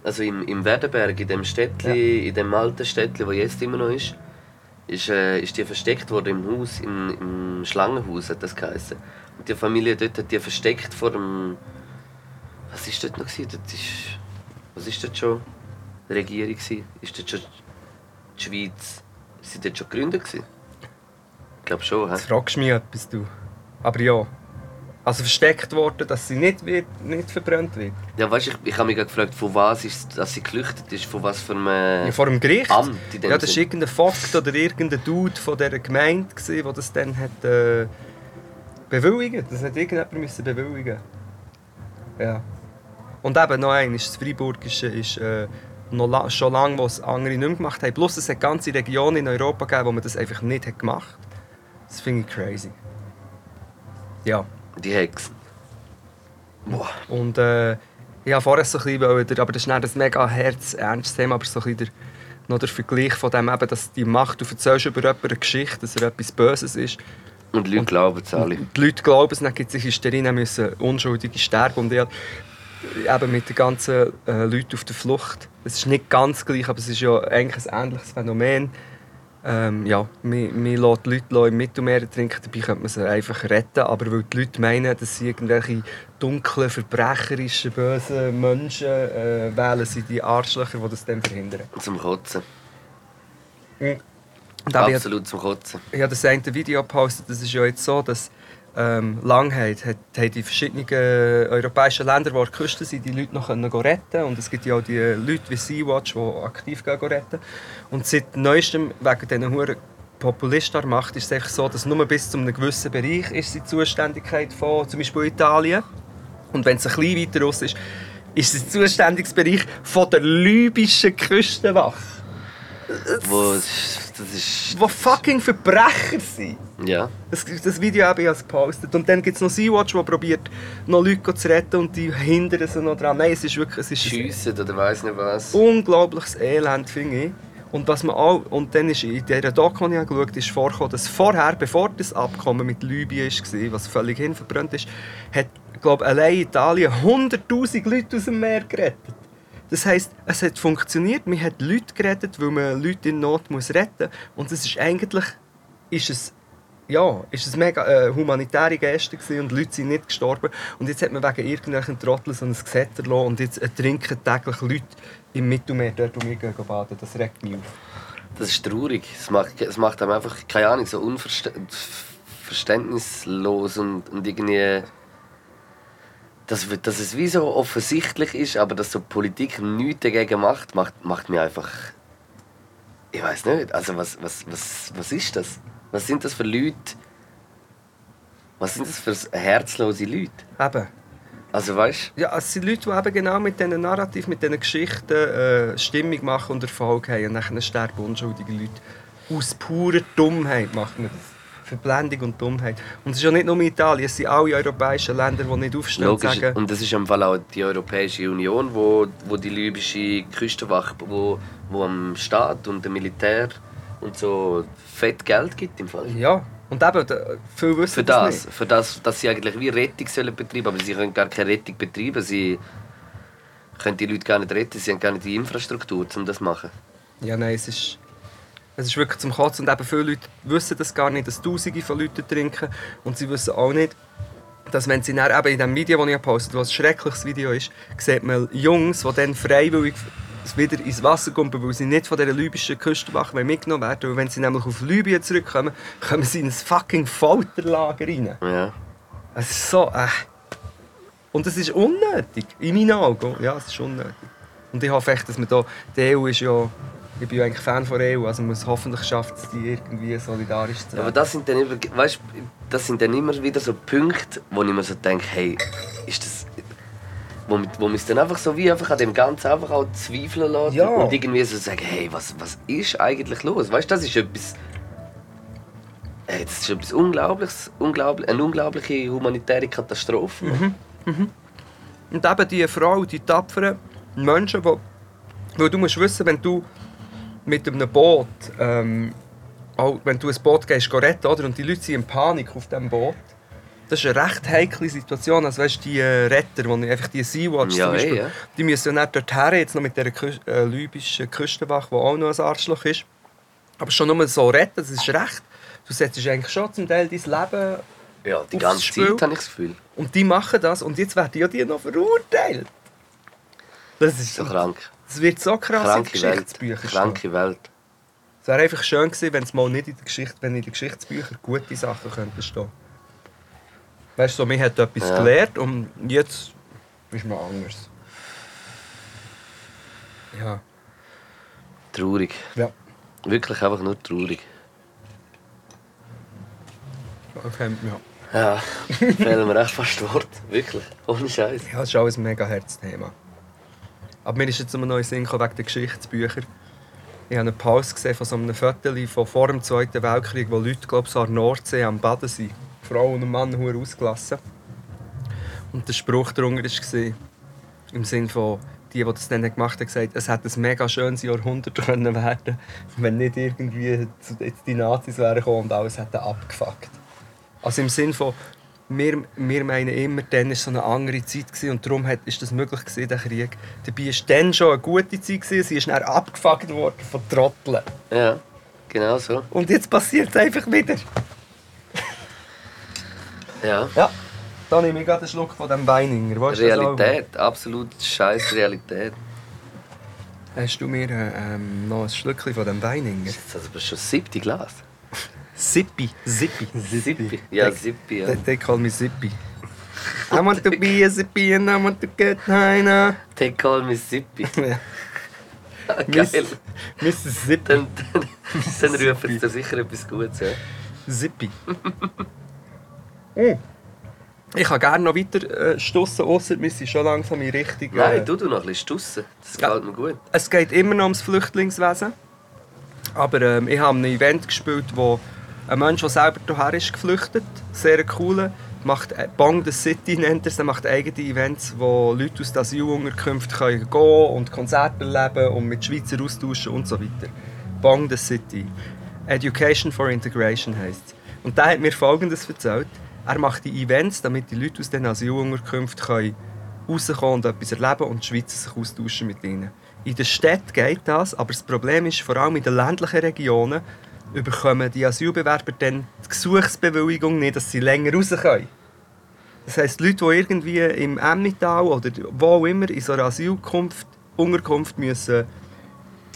Speaker 4: Also im, im Werdenberg, in dem Städtli, in dem alten Städtli, wo jetzt immer noch ist, ist, äh, ist die versteckt worden im Haus, im, im Schlangenhaus hat das geheißen. Und die Familie dort hat die versteckt vor dem. Was ist dort noch? Gewesen? Dort ist, was ist dort schon? Die Regierung? Gewesen? Ist dort schon die Schweiz? Sind dort schon gegründet? Gewesen? Ich glaube schon, hä?
Speaker 5: Jetzt fragst du mich etwas, du. Aber ja. Also versteckt worden, dass sie nicht, wird, nicht verbrannt wird.
Speaker 4: Ja, weißt du, ich, ich habe mich gerade gefragt, von was ist, dass sie geflüchtet ist, von was für einem...
Speaker 5: Ja, vor dem Gericht.
Speaker 4: Amt in dem
Speaker 5: ja, das war
Speaker 4: Sinn.
Speaker 5: irgendein Vogt oder irgendein Dude von dieser Gemeinde, gewesen, der das dann hat, äh, bewilligt. Das hat irgendjemand müssen bewilligen. Ja. Und eben noch ein, ist das Freiburgische ist äh, noch la schon lange, was andere nicht mehr gemacht haben. Plus es hat ganze Regionen in Europa gegeben, wo man das einfach nicht hat gemacht Das finde ich crazy. Ja.
Speaker 4: Die Hexen.
Speaker 5: Und äh, ich habe vorher so ein bisschen, wollen, aber das ist dann ein mega herz-ernstes Thema, aber so ein bisschen der, noch der Vergleich von dem eben, dass die Macht, du erzählst über jemanden eine Geschichte, dass er etwas Böses ist.
Speaker 4: Und die Leute glauben es alle.
Speaker 5: Die Leute glauben es, dann gibt es Hysterie, dann müssen Unschuldige sterben. Und ich habe eben mit den ganzen äh, Leuten auf der Flucht, es ist nicht ganz gleich, aber es ist ja eigentlich ein ähnliches Phänomen. Ähm, ja, man, man lässt die Leute im Mittelmeer ertrinken, dabei könnte man sie einfach retten, aber weil die Leute meinen, dass sie irgendwelche dunklen, verbrecherischen, bösen Menschen äh, wählen, sind die Arschlöcher, die das dann verhindern.
Speaker 4: Zum Kotzen.
Speaker 5: Und eben, ich-
Speaker 4: Absolut zum Kotzen.
Speaker 5: ich habe das eine Video gepostet, das ist ja jetzt so, dass ähm, Langheit hat, hat in verschiedenen äh, europäischen Ländern, wo an der Küste sind, die Leute noch können gehen retten und es gibt ja auch die Leute wie Sea-Watch, die aktiv gehen gehen retten und seit neuestem, wegen diesen huren Populisten macht, ist es eigentlich so, dass nur bis zu einem gewissen Bereich ist die Zuständigkeit von zum Beispiel Italien und wenn es ein bisschen weiter raus ist, ist es der Zuständigkeitsbereich von der libyschen Küstenwache,
Speaker 4: Wo, das ist.
Speaker 5: wo fucking Verbrecher sind.
Speaker 4: Ja.
Speaker 5: Das, das Video habe ich als gepostet. Und dann gibt es noch Sea-Watch, der probiert, noch Leute zu retten und die hindern sie noch dran. Nein, es ist wirklich es ist ein
Speaker 4: Schiessen oder weiss nicht was.
Speaker 5: unglaubliches Elend, finde ich. Und, was man auch, und dann ist in dieser Doku, die ich habe geschaut habe, ist vorgekommen, dass vorher, bevor das Abkommen mit Libyen war, was völlig hinverbrannt ist, hat, glaube ich, allein Italien 100'000 Leute aus dem Meer gerettet. Das heisst, es hat funktioniert, man hat Leute gerettet, weil man Leute in Not muss retten muss. Und es ist eigentlich, ist es ja, ist es mega äh, humanitäre Geste gewesen und die Leute sind nicht gestorben. Und jetzt hat man wegen irgendwelchen Trottel so ein Gesetz erlassen und jetzt ertrinken täglich Leute im Mittelmeer, dort wo wir gehen baden. Das regt mich auf.
Speaker 4: Das ist traurig. Es macht, es macht einem einfach, keine Ahnung, so unverständnislos und, und irgendwie. Dass, wir- dass es wie so offensichtlich ist, aber dass so die Politik nichts dagegen macht, macht, macht mir einfach. Ich weiß nicht. Also, was, was, was, was ist das? Was sind das für Leute? Was sind das für herzlose Leute?
Speaker 5: Eben.
Speaker 4: Also, weißt
Speaker 5: Ja, es sind Leute, die eben genau mit diesen Narrativ, mit diesen Geschichten äh, Stimmung machen und Erfolg haben. Und dann sterben unschuldige Leute. Aus purer Dummheit macht man das. Verblendung und Dummheit. Und es ist ja nicht nur Italien, es sind alle europäischen Länder, die nicht aufstehen und
Speaker 4: Logisch.
Speaker 5: sagen...
Speaker 4: Und das ist im Fall auch die Europäische Union, wo, wo die libysche Küstenwache, wo, wo am Staat und dem Militär und so fett Geld gibt im Fall.
Speaker 5: Ja, und eben, da- viele wissen
Speaker 4: Für
Speaker 5: das
Speaker 4: das,
Speaker 5: nicht.
Speaker 4: für das, dass sie eigentlich wie Rettung sollen betreiben, aber sie können gar keine Rettung betreiben. Sie können die Leute gar nicht retten, sie haben gar nicht die Infrastruktur, um das zu machen.
Speaker 5: Ja, nein, es ist, es ist wirklich zum Kotzen. Und eben viele Leute wissen das gar nicht, dass Tausende von Leuten trinken. Und sie wissen auch nicht, dass wenn sie dann eben in dem Video, das ich gepostet habe, was ein schreckliches Video ist, sieht man Jungs, die dann freiwillig wieder ins Wasser kumpen, weil sie nicht von dieser libyschen Küstenwache mitgenommen werden. Weil wenn sie nämlich auf Libyen zurückkommen, kommen sie in ein fucking Folterlager rein.
Speaker 4: Ja.
Speaker 5: Es ist so. Äh. Und es ist unnötig. In meinen Augen. Ja, es ist unnötig. Und ich hoffe echt, dass man da. Die EU ist ja. Ich bin ja eigentlich Fan von der EU, also man muss hoffentlich schafft es, die irgendwie solidarisch zu
Speaker 4: Ja, Aber
Speaker 5: werden.
Speaker 4: das sind dann immer, weißt, das sind dann immer wieder so Punkte, wo ich mir so denke, hey, ist das, wo, mi- wo mich dann einfach so wie einfach an dem Ganzen einfach auch zweifeln lässt
Speaker 5: Ja.
Speaker 4: und irgendwie so sagen, hey, was, was ist eigentlich los? Weißt, das ist etwas, hey, das ist etwas Unglaubliches, unglaublich, eine unglaubliche humanitäre Katastrophe.
Speaker 5: Mhm. Und eben die Frau, die tapferen Menschen, die. Weil du musst wissen, wenn du mit einem Boot. Ähm, auch wenn du ein Boot gehst, geh retten, oder? Und die Leute sind in Panik auf diesem Boot. Das ist eine recht heikle Situation. Also, weißt du, die äh, Retter, die einfach die Sea-Watch
Speaker 4: Ja,
Speaker 5: zum Beispiel,
Speaker 4: eh, ja.
Speaker 5: die müssen ja nicht dorthin, jetzt noch mit dieser Kü äh, libyschen Küstenwache, die auch noch ein Arschloch ist. Aber schon nur so retten, das ist recht. Du setzt eigentlich schon zum Teil dein Leben
Speaker 4: Ja, die
Speaker 5: Aufs
Speaker 4: ganze
Speaker 5: Spiel.
Speaker 4: Zeit habe ich das Gefühl.
Speaker 5: und die machen das und jetzt werden ja die noch verurteilt. Das ist
Speaker 4: So krank.
Speaker 5: Das wird so krass in
Speaker 4: Kranke Welt.
Speaker 5: Geschichtsbüchern stehen.
Speaker 4: Kranke Welt.
Speaker 5: Es wäre einfach schön gewesen, wenn es mal nicht in den Geschichte, wenn in den Geschichtsbüchern gute Sachen könnten stehen. Weißt du, so, man hat etwas
Speaker 4: Ja.
Speaker 5: gelernt und jetzt ist man anders. Ja.
Speaker 4: Traurig.
Speaker 5: Ja.
Speaker 4: Wirklich einfach nur traurig.
Speaker 5: Okay, ja.
Speaker 4: Ja, fehlen mir echt fast Wort. Wirklich. Ohne Scheiß.
Speaker 5: Ja, das ist auch ein mega Herzthema. Aber mir ist jetzt noch ein neues Sinn gekommen wegen den Geschichtsbüchern. Ich habe eine Pause gesehen von so einem Viertel von vor dem Zweiten Weltkrieg, wo Leute glaub, so an der Nordsee am Baden sind. Frauen und Männer hure ausgelassen. Und der Spruch darunter war, im Sinne von, die, die das dann gemacht haben, gesagt, es hätte ein mega schönes Jahrhundert können werden wenn nicht irgendwie zu- jetzt die Nazis wären gekommen und alles hätten abgefuckt. Also im Sinne von, wir, wir meinen immer, dann war so eine andere Zeit gewesen und darum hat, ist das möglich gewesen, der Krieg. Dabei war dann schon eine gute Zeit, gewesen, sie ist dann abgefuckt worden von Trotteln.
Speaker 4: Ja, genau so.
Speaker 5: Und jetzt passiert es einfach wieder.
Speaker 4: Ja.
Speaker 5: Ja, da nehme ich gerade einen Schluck von dem Weininger. Weißt du das auch?
Speaker 4: Realität, absolut scheiß Realität.
Speaker 5: Hast du mir äh, ähm, noch ein Schlückchen von dem Weininger?
Speaker 4: Das ist aber schon das siebte Glas.
Speaker 5: Sippi, Sippi.
Speaker 4: Sippi. Ja, Sippi, ja.
Speaker 5: They, they call me Zippy. I want to be a Zippy and I want to get high now.
Speaker 4: They call me Sippi.
Speaker 5: Ja.
Speaker 4: [LAUGHS] Ah, Geil.
Speaker 5: Miss, Mrs. Zippy.
Speaker 4: Dann,
Speaker 5: [LAUGHS]
Speaker 4: dann, dann rufen sie dir sicher etwas Gutes. Ja. [LAUGHS]
Speaker 5: Zippy. oh. Ich kann gerne noch weiter äh, stossen, außer wir sind schon langsam in Richtung. äh,
Speaker 4: Nein, du, du noch ein bisschen stussen. Das
Speaker 5: Ja.
Speaker 4: gefällt mir gut.
Speaker 5: Es geht immer noch ums Flüchtlingswesen. Aber ähm, ich habe ein Event gespielt, wo ein Mensch, der selber hierher ist geflüchtet, sehr cool, macht äh, Bang the City nennt er es, der macht eigene Events, wo Leute aus den Asylunterkünften können gehen und Konzerte erleben und mit Schweizer austauschen und so weiter. Bang the City. Education for Integration heisst es. Und der hat mir Folgendes erzählt. Er macht die Events, damit die Leute aus den Asylunterkünften können rauskommen und etwas erleben und die Schweizer sich austauschen mit ihnen. In der Stadt geht das, aber das Problem ist, vor allem in den ländlichen Regionen überkommen die Asylbewerber dann die Gesuchsbewilligung nicht, dass sie länger raus können. Das heisst, Leute, die irgendwie im Emmental oder wo auch immer in so einer Asylunterkunft Unterkunft müssen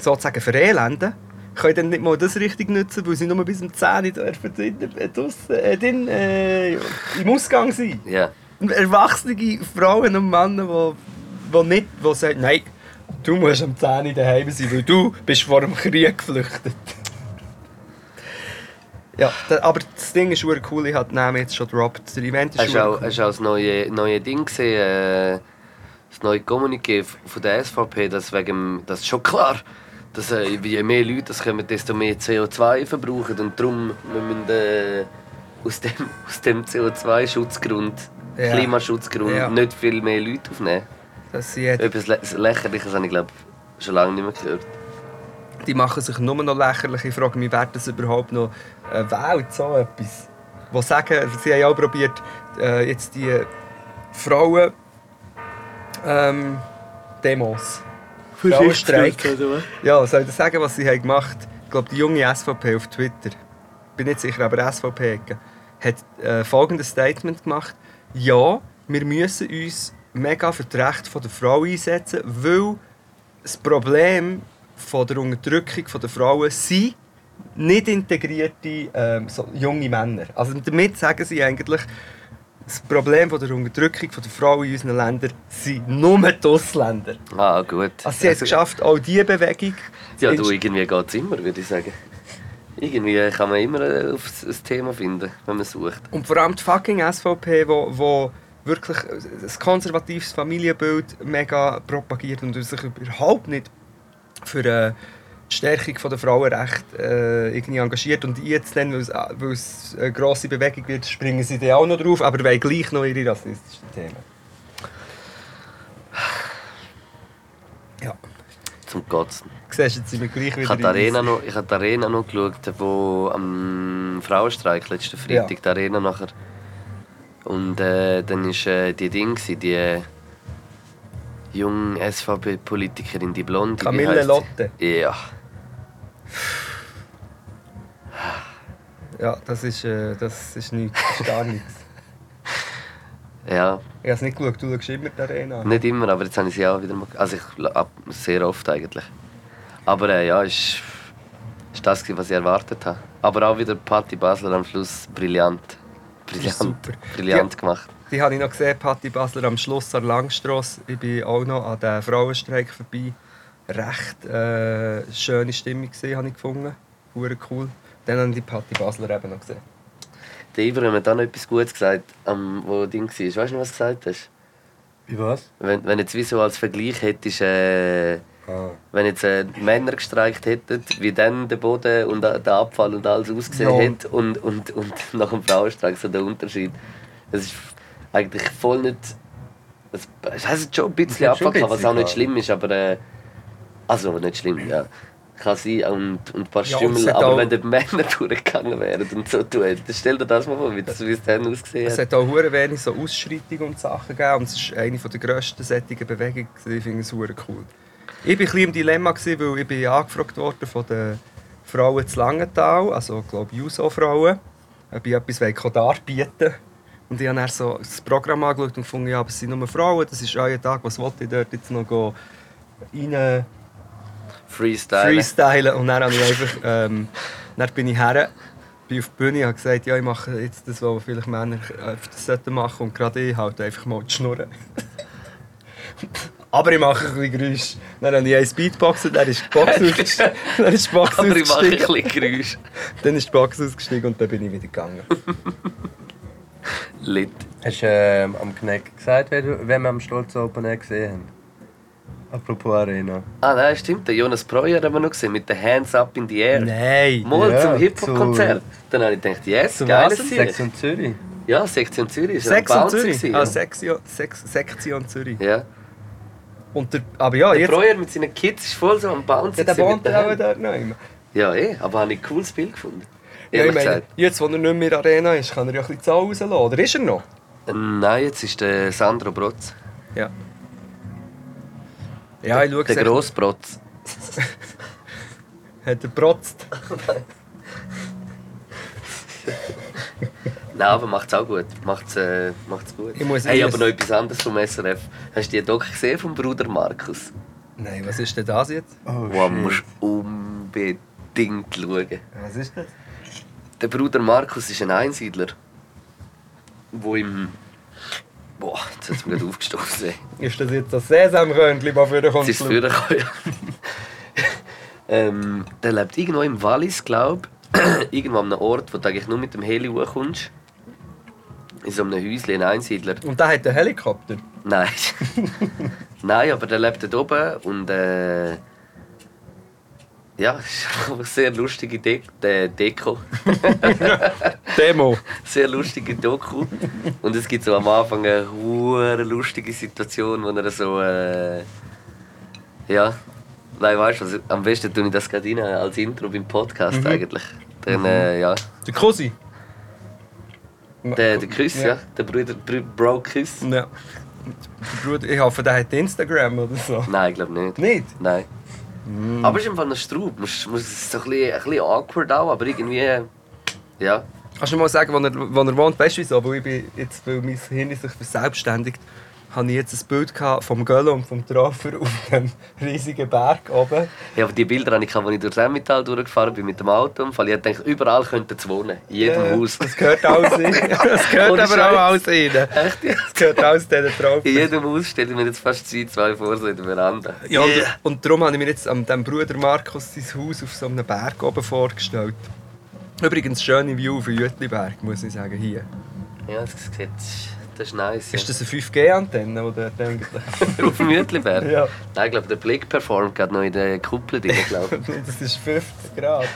Speaker 5: sozusagen verelenden, können dann nicht mal das richtig nutzen, weil sie nur bis um 10 Uhr dürfen drinnen- äh, draussen- äh, drin, äh, im Ausgang sein
Speaker 4: Ja.
Speaker 5: erwachsene Frauen und Männer, die, die nicht die sagen, nein, du musst am 10 Uhr daheim sein, weil du bist vor dem Krieg geflüchtet. Ja, da, aber das Ding ist verdammt cool, ich habe den Namen jetzt schon gedroppt. Das Event ist
Speaker 4: Hast du auch,
Speaker 5: verdammt
Speaker 4: hast du auch das neue, neue Ding gesehen? Äh, das neue Kommuniqué f- von der SVP, dass wegen, das ist schon klar, dass äh, je mehr Leute das kommen, desto mehr CO2 verbrauchen und darum wir müssen äh, aus dem, [LAUGHS] aus dem CO2-Schutzgrund,
Speaker 5: Ja.
Speaker 4: Klimaschutzgrund,
Speaker 5: Ja.
Speaker 4: nicht viel mehr Leute aufnehmen.
Speaker 5: cool, dass sie jetzt,
Speaker 4: Etwas Lä- Lächerliches habe ich glaube schon lange nicht mehr gehört.
Speaker 5: die machen sich nur noch lächerlich. Ich frage mich, wer das überhaupt noch äh, wählt, so etwas. Die sagen, sie haben auch probiert, äh, jetzt die Frauen ähm, Demos. Frauenstreik. Ja, soll ich dir sagen, was sie haben gemacht Ich glaube, die junge SVP auf Twitter, bin nicht sicher, aber SVP -Ecke, hat äh, folgendes Statement gemacht. Ja, wir müssen uns mega für die Rechte von der Frau einsetzen, weil das Problem von der Unterdrückung von der Frauen sind nicht integrierte ähm, so junge Männer. Also damit sagen sie eigentlich, das Problem von der Unterdrückung von der Frauen in unseren Ländern sind nur die Ausländer.
Speaker 4: Ah, gut.
Speaker 5: Also sie haben es geschafft, auch diese Bewegung...
Speaker 4: Ja,
Speaker 5: in-
Speaker 4: du, irgendwie geht es immer, würde ich sagen. Irgendwie kann man immer äh, auf s- ein Thema finden, wenn man sucht.
Speaker 5: Und vor allem die fucking SVP, wo, wo wirklich ein konservatives Familienbild mega propagiert und sich überhaupt nicht für äh, die Stärkung von der Frauenrechte äh, irgendwie engagiert. Und jetzt dann, weil es- weil es eine grosse Bewegung wird, springen sie da auch noch drauf, aber wollen gleich noch ihre rassistischen Themen. Ja,
Speaker 4: Zum Kotzen.
Speaker 5: siehst du, jetzt sind wir gleich wieder
Speaker 4: Ich habe die Arena noch, ich habe die Arena noch geschaut, wo am Frauenstreik letzten Freitag,
Speaker 5: Ja.
Speaker 4: die Arena nachher. Und äh, dann war äh, die Ding, gewesen, die äh, junge SVP-Politikerin, die Blonde. wie
Speaker 5: Camille
Speaker 4: heisst sie?
Speaker 5: Lotte.
Speaker 4: Ja.
Speaker 5: Ja, das ist, äh, das ist nichts, das ist gar nichts.
Speaker 4: Ja,
Speaker 5: Ich habe es nicht geschaut, du schaust immer die Arena an.
Speaker 4: Nicht immer, aber jetzt habe ich sie auch wieder mal. Also ich la- ab- sehr oft eigentlich. Aber äh, ja, ist, ist das, gewesen, was ich erwartet habe. Aber auch wieder Patti Basler am Schluss brillant. Brillant.
Speaker 5: super.
Speaker 4: Brillant gemacht.
Speaker 5: Die habe ich noch gesehen, Patti Basler am Schluss an der Langstrasse. Ich bin auch noch an den Frauenstreik vorbei. Recht äh, schöne Stimmung gesehen, habe ich gefunden. Hure cool. Dann habe ich die Patti Basler eben noch gesehen.
Speaker 4: Der Ibrahim hat auch noch etwas Gutes gesagt, am, wo Ding war. Weißt du noch, was du gesagt hast?
Speaker 3: Über was?
Speaker 4: Wenn, wenn jetzt wie so als Vergleich hättest, äh,
Speaker 3: Ah.
Speaker 4: Wenn jetzt äh, die Männer gestreikt hätten, wie dann der Boden und a- der Abfall und alles ausgesehen
Speaker 3: Ja.
Speaker 4: hätte und, und, und [LAUGHS] nach dem Frauenstreik so der Unterschied. Das ist eigentlich voll nicht... Das, ich weiss, es ist schon ein bisschen
Speaker 3: hat schon ein
Speaker 4: Abfuck, was auch
Speaker 3: bisschen,
Speaker 4: nicht
Speaker 3: ja.
Speaker 4: schlimm ist, aber... Äh, also nicht schlimm, ja. Kann sein äh, und, und ein paar
Speaker 5: Ja, und es
Speaker 4: Stümmel,
Speaker 5: hat
Speaker 4: aber
Speaker 5: auch-
Speaker 4: wenn die Männer [LAUGHS] durchgegangen wären und so tun, hätten, stell dir das mal vor, wie das, wie es dann ausgesehen
Speaker 5: Es
Speaker 4: hat.
Speaker 5: hat auch hure wenig so Ausschreitungen und Sachen gegeben. Und es ist eine der grössten solchen Bewegungen. gewesen. Ich finde es hure cool. Ich war ein bisschen im Dilemma, gewesen, weil ich bin angefragt wurde von den Frauen zu Langenthal, also ich glaube Juso-Frauen, ob ich etwas wollen, kann darbieten wollte. Und ich habe dann so das Programm angeschaut und gefunden, ja, aber es sind nur Frauen, das ist euer Tag, was wollte ich dort jetzt noch gehen, rein...
Speaker 4: Freestyle.
Speaker 5: freestylen. Und dann, habe ich einfach, ähm, dann bin ich her, bin auf die Bühne und habe gesagt, ja, ich mache jetzt das, was vielleicht Männer öfter sollten machen und gerade ich halt einfach mal die Schnurren. [LAUGHS] Aber ich mache ein bisschen Geräusch. Dann habe ich eins Beatboxen, dann ist die
Speaker 4: [LAUGHS]
Speaker 5: Box ausgestiegen. Dann ist die Box
Speaker 4: Aber ich mache ein
Speaker 5: ausgestiegen.
Speaker 4: bisschen Geräusch.
Speaker 5: Dann ist die Box ausgestiegen und dann bin ich wieder gegangen.
Speaker 4: Lit.
Speaker 3: Hast du ähm, am Kneck gesagt, wer, du- wen wir am Stolz Open Air gesehen haben? Apropos Arena.
Speaker 4: Ah nein, stimmt, den Jonas Breuer haben wir noch gesehen, mit den Hands Up in the Air.
Speaker 5: Nein!
Speaker 4: Mal
Speaker 3: Ja,
Speaker 4: zum Hip-Hop-Konzert. Dann habe ich gedacht, yes,
Speaker 5: Zu
Speaker 4: geiles
Speaker 5: was?
Speaker 4: Ziel.
Speaker 3: Sektion Zürich.
Speaker 4: Ja, Sektion Zürich. ist ja ein
Speaker 5: Sektion
Speaker 4: Bouncer
Speaker 5: Zürich.
Speaker 4: gewesen.
Speaker 5: Ah, Sektion, Sex, Sektion Zürich.
Speaker 4: Ja.
Speaker 5: Und der, aber ja,
Speaker 4: Der
Speaker 5: jetzt...
Speaker 4: Breuer mit seinen Kids ist voll so am Bounce.
Speaker 5: Ja, der wohnt auch
Speaker 4: ja,
Speaker 5: dort noch immer.
Speaker 4: ja, eh, aber habe ich ein cooles Bild gefunden.
Speaker 5: Ja, ich
Speaker 4: Ehrlich
Speaker 5: meine,
Speaker 4: gesagt.
Speaker 5: jetzt, wo er nicht mehr in der Arena ist, kann er ja ein bisschen die Zahl rauslassen. Oder ist er noch?
Speaker 4: Äh, Nein, jetzt ist der Sandro Brotz.
Speaker 5: Ja. Ja, ich schaue
Speaker 4: Der
Speaker 5: es.
Speaker 4: grosse Brotz.
Speaker 5: Hat er protzt.
Speaker 4: Nein, aber macht's auch gut. Macht's, äh, macht's gut.
Speaker 5: Ich muss-
Speaker 4: hey,
Speaker 5: ich
Speaker 4: aber
Speaker 5: muss-
Speaker 4: noch etwas anderes vom SRF. Hast du die Doc gesehen vom Bruder Markus?
Speaker 5: Nein, was ist denn das jetzt?
Speaker 3: Oh,
Speaker 4: Wow, musst du unbedingt schauen.
Speaker 5: Was ist das?
Speaker 4: Der Bruder Markus ist ein Einsiedler, wo im... Boah, jetzt hat es mir gerade [LAUGHS] aufgestoßen.
Speaker 5: Ist das jetzt das Sesamröntchen, das für den
Speaker 4: Jetzt ist es früher gekommen. [LAUGHS] ähm, Der lebt irgendwo im Wallis, glaube ich. [CLEARS THROAT] irgendwo an einem Ort, wo du eigentlich nur mit dem Heli hochkommst. In so einem Häuschen, ein Einsiedler.
Speaker 5: Und da hat der Helikopter.
Speaker 4: Nein. [LAUGHS] Nein, aber der lebt dort oben und äh, ja, [LAUGHS] es ist einfach eine sehr lustige De De Deko.
Speaker 5: Demo.
Speaker 4: Sehr lustige Doku. Und es gibt so am Anfang eine hure lustige Situation, wo er so äh, ja, nein, weißt du, was, am besten tue ich das gerade rein als Intro beim
Speaker 5: Mhm.
Speaker 4: Podcast eigentlich. Dann äh, ja,
Speaker 5: Der Cousin.
Speaker 4: der, der Küss, ja.
Speaker 5: Ja.
Speaker 4: der Bruder, Br Bro Küss.
Speaker 5: ja. Der Bruder, ich hoffe, der hat Instagram oder so.
Speaker 4: Nein, ich glaube nicht.
Speaker 5: Nicht?
Speaker 4: Nein.
Speaker 5: Mhm.
Speaker 4: Aber es ist einfach ein Straub. Muss, muss es ist so ein, bisschen, ein bisschen awkward auch, aber irgendwie. äh, Ja.
Speaker 5: Kannst du mir mal sagen, wo er, wo er wohnt? Weißt du wieso? Weil, ich bin jetzt, weil mein Hirn sich verselbstständigt, habe ich jetzt ein Bild gehabt vom Göller und vom Traffer auf dem riesigen Berg oben.
Speaker 4: ja. Aber die Bilder habe ich, gehabt, als ich durch das Emmental durchgefahren bin mit dem Auto. Im Fall, ich dachte, überall könnten sie wohnen. In jedem
Speaker 5: Äh,
Speaker 4: Haus.
Speaker 5: Das
Speaker 4: [LAUGHS]
Speaker 5: gehört alles rein. Das gehört
Speaker 4: Ohne
Speaker 5: aber auch alles rein.
Speaker 4: Echt?
Speaker 5: Das gehört alles denen drauf.
Speaker 4: In jedem Haus stelle ich mir jetzt fast zwei, zwei vor, so in der Veranda.
Speaker 5: Ja, und,
Speaker 4: Yeah.
Speaker 5: und darum habe ich mir jetzt an dem Bruder Markus sein Haus auf so einem Berg oben vorgestellt. Übrigens, schöne View für Jütliberg, muss ich sagen, hier.
Speaker 4: Ja, das sieht. Das ist nice.
Speaker 5: Ist das eine 5G-Antenne, die dort eigentlich...
Speaker 4: [LAUGHS] ja. Auf dem Mütliberg?
Speaker 5: Ja.
Speaker 4: Nein, ich glaube, der Blick performt gerade noch in der Kuppel drin, glaube
Speaker 5: [LAUGHS]
Speaker 4: ich.
Speaker 5: Und Das ist 50 Grad.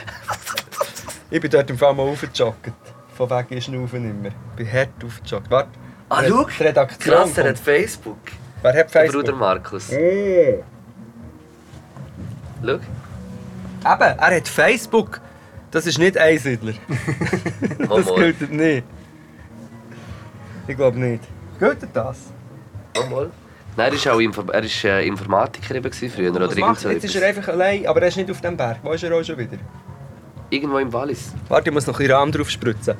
Speaker 5: Ich bin dort im Fall mal aufgejoggt. Von wegen ist Schnaufen immer. Ich bin hart aufgejoggt. Warte.
Speaker 4: Ah,
Speaker 5: Red-
Speaker 4: schau!
Speaker 5: die Redaktion
Speaker 4: Krass, er hat
Speaker 5: kommt.
Speaker 4: Facebook.
Speaker 5: Wer hat
Speaker 4: Der
Speaker 5: Facebook?
Speaker 4: Bruder Markus.
Speaker 5: Oh.
Speaker 4: Schau.
Speaker 5: Eben, er hat Facebook. Das ist nicht Einsiedler. Das
Speaker 4: Mal,
Speaker 5: gilt nicht. Ich glaube nicht. Gilt das?
Speaker 4: mal. mal. Nein, er ist auch Inform er ist, äh, Informatiker eben gewesen früher oder
Speaker 5: Was
Speaker 4: irgend
Speaker 5: macht
Speaker 4: so
Speaker 5: er? Jetzt ist
Speaker 4: etwas.
Speaker 5: er einfach allein, aber er ist nicht auf dem Berg. Wo ist er auch schon wieder?
Speaker 4: Irgendwo im Wallis.
Speaker 5: Warte, ich muss noch ein bisschen Rahm drauf spritzen.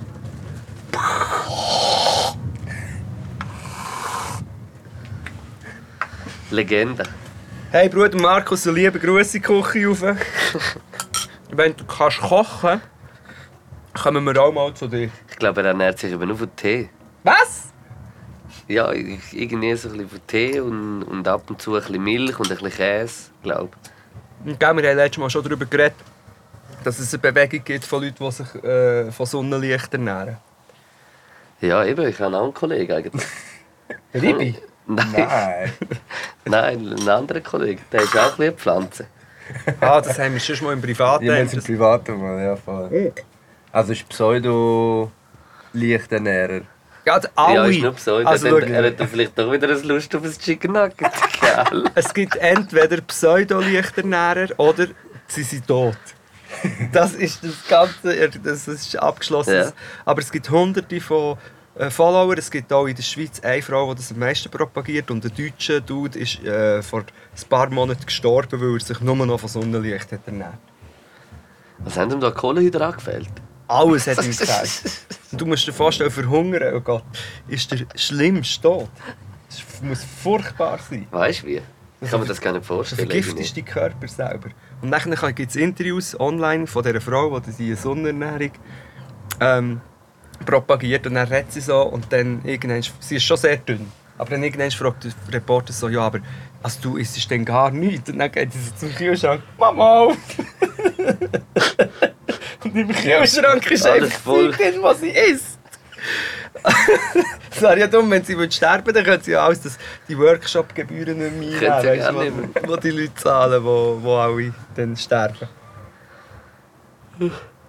Speaker 4: Legende.
Speaker 5: Hey Bruder Markus, liebe Grüße in die Küche
Speaker 4: [LAUGHS]
Speaker 5: rauf. Wenn du kannst kochen kommen wir auch mal zu dir.
Speaker 4: Ich glaube, er ernährt sich eben nur von Tee.
Speaker 5: Was?
Speaker 4: Ja, ich- irgendwie so ein bisschen von Tee und, und ab und zu ein bisschen Milch und ein bisschen Käse, glaube
Speaker 5: Und gell, wir haben letztes Mal schon darüber geredet, dass es eine Bewegung gibt von Leuten, die sich äh, von Sonnenlicht ernähren. [LAUGHS]
Speaker 4: ich. Ja, eben, ich habe auch einen Kollegen eigentlich.
Speaker 5: Ribi?
Speaker 4: Nein.
Speaker 3: Nein.
Speaker 4: Nein, ein anderer Kollege, der ist auch ein Pflanze.
Speaker 5: Ah, das haben wir schon mal im Privaten.
Speaker 3: Ich meine, es
Speaker 5: Das-
Speaker 3: ist privat, Mann. Ja, voll. Also ist Pseudo... Lichternährer.
Speaker 5: Ja, d- alle.
Speaker 4: Ja, ist nur Pseudo.
Speaker 5: Also,
Speaker 4: dann,
Speaker 5: schau.
Speaker 4: er hat dann vielleicht doch wieder eine Lust auf ein Chicken
Speaker 5: [LAUGHS]
Speaker 4: Nugget. Gell?
Speaker 5: Es gibt entweder Pseudo-Lichternährer oder sie
Speaker 4: [LAUGHS]
Speaker 5: sind tot. Das ist das Ganze, das ist abgeschlossen.
Speaker 4: Ja.
Speaker 5: Aber es gibt hunderte von äh, Followern. Es gibt auch in der Schweiz eine Frau, die das am meisten propagiert. Und der deutsche Dude ist äh, vor ein paar Monaten gestorben, weil er sich nur noch von Sonnenlicht hat ernährt.
Speaker 4: Was haben ihm da Kohlenhydrat gefehlt?
Speaker 5: Alles hat ihm gefällt.
Speaker 4: [LAUGHS]
Speaker 5: Und Du musst dir vorstellen, verhungern, oh Gott, ist der schlimmste Tod. Das muss furchtbar sein.
Speaker 4: Weißt du wie? Ich kann mir das gar nicht
Speaker 5: Du
Speaker 4: vorstellen.
Speaker 5: vergiftest deinen Körper selber. Und dann gibt es Interviews online von dieser Frau, die diese Sonnenernährung ähm, propagiert. Und dann redet sie so und dann irgendwann, sie ist schon sehr dünn. Aber dann irgendwann fragt der Reporter so, ja, aber also du isst denn gar nichts? Und dann geht sie so zum Kühlschrank, Mama auf! [LAUGHS] und im Kühlschrank ist
Speaker 4: Ah, das
Speaker 5: einfach
Speaker 4: ist voll-
Speaker 5: das drin, was sie isst. das wäre ja dumm, wenn sie würd sterben würde, dann könnte sie ja alles, das, die Workshop-Gebühren nicht mehr
Speaker 4: Könnte sie ja
Speaker 5: weißt du,
Speaker 4: gar nicht
Speaker 5: wo, wo die Leute zahlen, wo, wo alle dann sterben.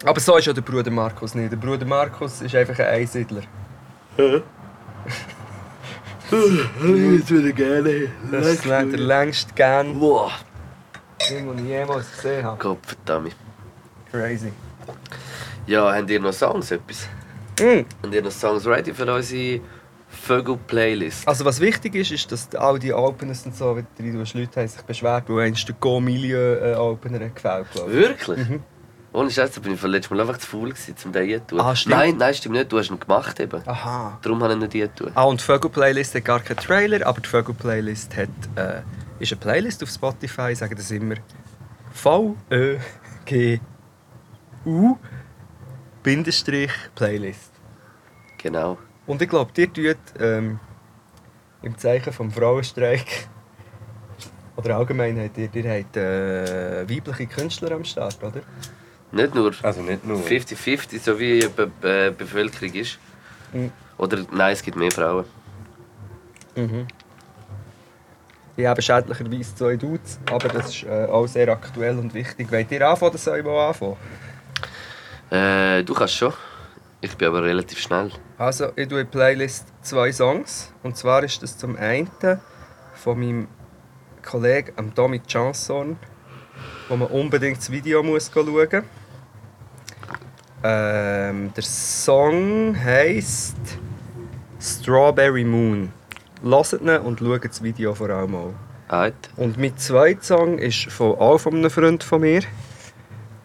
Speaker 5: Aber so ist ja der Bruder Markus nicht. Der Bruder Markus ist einfach ein Einsiedler. [LAUGHS]
Speaker 4: Jetzt würde gerne.
Speaker 5: Das ist der längste Gang,
Speaker 4: Wow,
Speaker 5: den ich jemals gesehen habe.
Speaker 4: Gott verdammt.
Speaker 5: Crazy.
Speaker 4: Ja, habt ihr noch Songs etwas?
Speaker 5: Mm.
Speaker 4: Habt ihr noch Songs ready für unsere Vögel-Playlist?
Speaker 5: Also was wichtig ist, ist, dass all die Openers und so, wie die Leute haben sich beschwert, weil einst der Go-Milieu-Opener hat gefällt glaube ich.
Speaker 4: Wirklich? Ohne Scheiß, da bin ich letztes Mal einfach zu faul gewesen, um den hier zu tun.
Speaker 5: Ah, stimmt.
Speaker 4: nein, nein, stimmt nicht, du hast ihn gemacht eben.
Speaker 5: Aha.
Speaker 4: Darum habe ich ihn nicht hier tun.
Speaker 5: Ah, und die Vögel-Playlist hat gar keinen Trailer, aber die Vögel-Playlist hat, äh, ist eine Playlist auf Spotify, ich sage das immer. V-E-G-U Bindestrich Playlist.
Speaker 4: Genau.
Speaker 5: Und ich glaube, ihr tut ähm, im Zeichen vom Frauenstreik [LAUGHS] oder allgemein habt ihr, ihr habt, äh, weibliche Künstler am Start, oder?
Speaker 4: Nicht nur
Speaker 3: Also nicht nur.
Speaker 4: 50-50, so wie die Be Be Bevölkerung ist.
Speaker 5: Mhm.
Speaker 4: Oder nein, es gibt mehr Frauen.
Speaker 5: Mhm. Ich habe schädlicherweise zwei Dudes, aber das ist äh, auch sehr aktuell und wichtig. Wollt ihr anfangen oder soll ich mal anfangen?
Speaker 4: Äh, du kannst schon. Ich bin aber relativ schnell.
Speaker 5: Also, ich tue in die Playlist zwei Songs. Und zwar ist das zum einen von meinem Kollegen am Tommy Chanson, wo man unbedingt das Video muss schauen muss. Ähm, der Song heisst Strawberry Moon. Lasst ihn und schaut das Video vor allem an.
Speaker 4: Alright.
Speaker 5: Und mein zweiter Song ist von, auch von einem Freund von mir.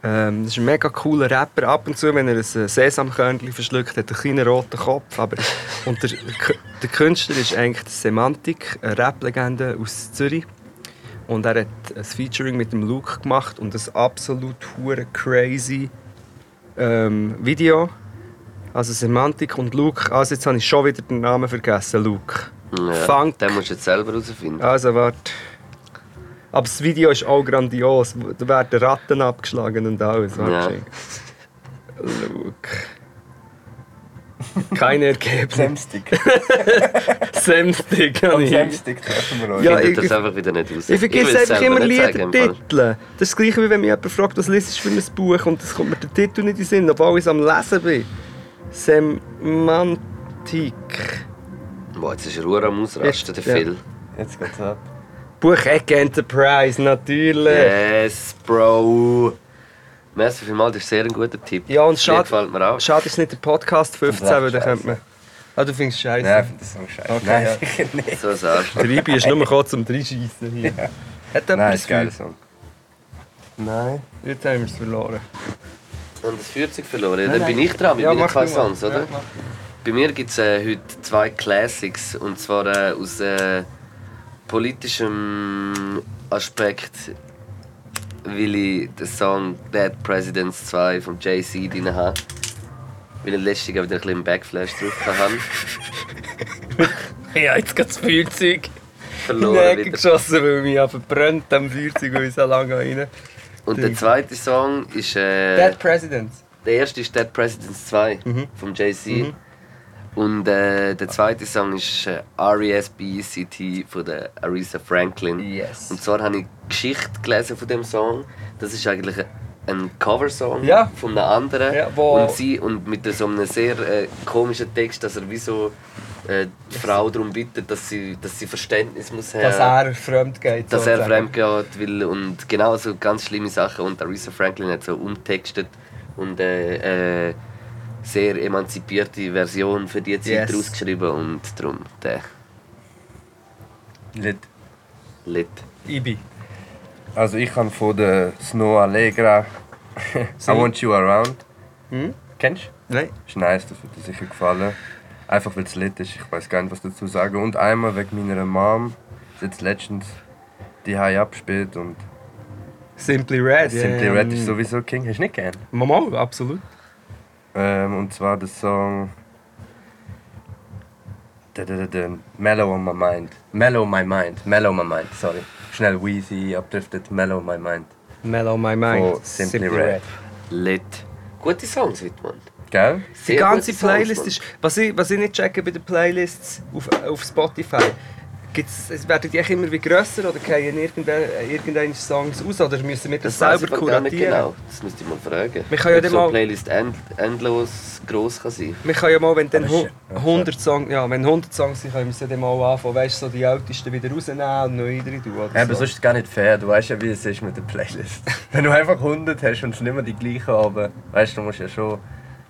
Speaker 5: Ähm, das ist ein mega cooler Rapper. Ab und zu, wenn er ein äh, Sesamkörnchen verschluckt, hat er einen kleinen roten Kopf. Aber, [LAUGHS] und der, der Künstler ist eigentlich die Semantik, eine Rap-Legende aus Zürich. Und er hat ein Featuring mit dem Luke gemacht und ein absolut hure crazy ähm, Video. Also Semantik und Luke. Also jetzt habe ich schon wieder den Namen vergessen, Luke. Funk.
Speaker 4: äh, Den musst du jetzt selber herausfinden.
Speaker 5: Also warte. Aber das Video ist auch grandios. Da werden Ratten abgeschlagen und alles. Warte. Look.
Speaker 4: [LAUGHS]
Speaker 5: Kein Ergebnis.
Speaker 3: Samstag.
Speaker 5: Sämtig. ja,
Speaker 3: Am
Speaker 5: ich
Speaker 3: Samstag treffen wir uns.
Speaker 5: Ja,
Speaker 4: Findet
Speaker 5: ich-
Speaker 4: das einfach wieder nicht raus.
Speaker 5: ich vergesse
Speaker 4: will's
Speaker 5: einfach
Speaker 4: selber
Speaker 5: immer
Speaker 4: nicht sagen, im Fall.
Speaker 5: Liedertitel. Das ist das gleiche, wie wenn mich jemand fragt, was liest du für ein Buch und es kommt mir der Titel nicht in den Sinn, obwohl ich es am Lesen bin. Semantik.
Speaker 4: Boah, jetzt ist er Ruhe am Ausrasten, der
Speaker 5: Ja.
Speaker 4: Phil.
Speaker 3: Jetzt geht's ab.
Speaker 5: Buch Egg Enterprise, natürlich.
Speaker 4: Yes, Bro. Merci vielmals, das ist sehr ein guter Tipp.
Speaker 5: Ja, und
Speaker 4: Das
Speaker 5: schade-
Speaker 4: Lied gefällt mir auch.
Speaker 5: Schade ist nicht der Podcast 15,
Speaker 3: Das ist
Speaker 5: weil dann könnte man.
Speaker 3: scheiße.
Speaker 5: Ah, du findest scheiße.
Speaker 3: Nein, ich finde das Song scheiße.
Speaker 5: Okay.
Speaker 3: Nein, sicher nicht.
Speaker 4: So ein Arsch.
Speaker 5: Der Ibi ist nur gekommen, zum Reinschiessen hier. Hat jemand
Speaker 3: Nein,
Speaker 5: das
Speaker 3: ist ein geiler
Speaker 5: Gefühl?
Speaker 3: Song.
Speaker 5: [LAUGHS]
Speaker 3: Nein.
Speaker 5: Jetzt haben wir es verloren.
Speaker 4: Und das 40 verloren. Ja, dann bin ich dran mit meinen zwei
Speaker 5: du mal.
Speaker 4: Songs, oder?
Speaker 5: Ja, mach.
Speaker 4: Bei mir gibt es äh, heute zwei Classics und zwar äh, aus äh, politischem Aspekt, weil ich den Song Dead Presidents 2 von Jay-Z drin habe. Weil ich letztens auch wieder ein bisschen einen Backflash drauf hatte.
Speaker 5: Ja, jetzt geht das
Speaker 3: [LAUGHS]
Speaker 5: Feuerzeug in die
Speaker 4: Verloren
Speaker 5: Ecke
Speaker 4: wieder.
Speaker 5: geschossen, weil mich verbrennt am Feuerzeug, weil ich so lange
Speaker 3: Äh.
Speaker 5: rein.
Speaker 4: Und der zweite Song ist. Äh,
Speaker 5: Dead President.
Speaker 4: der erste ist Dead Presidents 2 von Jay-Z. Und äh, der zweite Song ist äh, R.E.S.B.E.C.T. von der Aretha Franklin.
Speaker 5: Yes.
Speaker 4: Und zwar habe ich die Geschichte gelesen von dem Song. Das ist eigentlich ein Coversong
Speaker 5: Ja.
Speaker 4: von einem anderen.
Speaker 5: Ja, wo-
Speaker 4: und sie und mit so einem sehr äh, komischen Text, dass er wie so äh, die Frau darum bittet, dass sie, dass sie Verständnis muss haben.
Speaker 5: äh, Dass er fremd geht.
Speaker 4: dass er
Speaker 5: sozusagen.
Speaker 4: fremd geht will und genau so ganz schlimme Sachen und Aretha Franklin hat so umtextet und äh, äh, sehr emanzipierte Version für die Zeit
Speaker 5: Yes.
Speaker 4: rausgeschrieben und darum der
Speaker 3: Lit.
Speaker 4: Lit.
Speaker 5: Ibi.
Speaker 3: Also ich habe von der Snow Allegra [LAUGHS] I Want You Around.
Speaker 5: Hm?
Speaker 3: Kennst du?
Speaker 5: Nein.
Speaker 3: Ist nice, das wird dir sicher gefallen. Einfach weil es lit ist, ich weiß gar nicht, was dazu sagen. Und einmal wegen meiner Mom, ist jetzt letztens die High abgespielt und
Speaker 5: Simply Red.
Speaker 3: Simply Red ist sowieso King. Hast du nicht gern?
Speaker 5: Mama, absolut.
Speaker 3: Ähm, und zwar der Song. Da, da, da, da, Mellow on my mind. Mellow my mind. Mellow my mind, sorry. Schnell Wheezy, abdriftet, Mellow my mind.
Speaker 5: Mellow My Mind.
Speaker 3: Von Simply Red.
Speaker 4: Lit. Gute Songs heute, Mann.
Speaker 3: Gell?
Speaker 5: Die
Speaker 4: Sehr
Speaker 5: ganze
Speaker 4: gute Songs,
Speaker 5: Playlist
Speaker 4: Mann.
Speaker 5: ist. Was ich, was ich nicht checke bei den Playlists auf, auf Spotify, gibt's, es werden die echt immer wie grösser oder gehen irgendwelche irgendwelche Songs aus oder müssen wir das,
Speaker 4: Das weiß
Speaker 5: selber
Speaker 4: ich gar nicht
Speaker 5: kuratieren?
Speaker 4: genau. Das müsste ich mal fragen.
Speaker 5: Wir können ja
Speaker 4: Ob
Speaker 5: dann
Speaker 4: so
Speaker 5: mal-
Speaker 4: eine Playlist end, endlos groß kann sein.
Speaker 5: Wir können ja mal, wenn dann
Speaker 3: Aber
Speaker 5: hu-
Speaker 3: shit, ja,
Speaker 5: 100 Songs, ja, wenn 100 Songs sind, können wir sie dann mal anfangen, weißt du, so die ältesten wieder rausnehmen und neue rein tun. oder
Speaker 3: Eben,
Speaker 5: so.
Speaker 3: so ist es gar nicht fair. Du weißt ja, wie es ist mit der
Speaker 4: [LAUGHS]
Speaker 3: Playlist. Wenn du einfach 100 hast und es nicht mehr die gleichen haben, weißt du, du musst ja schon.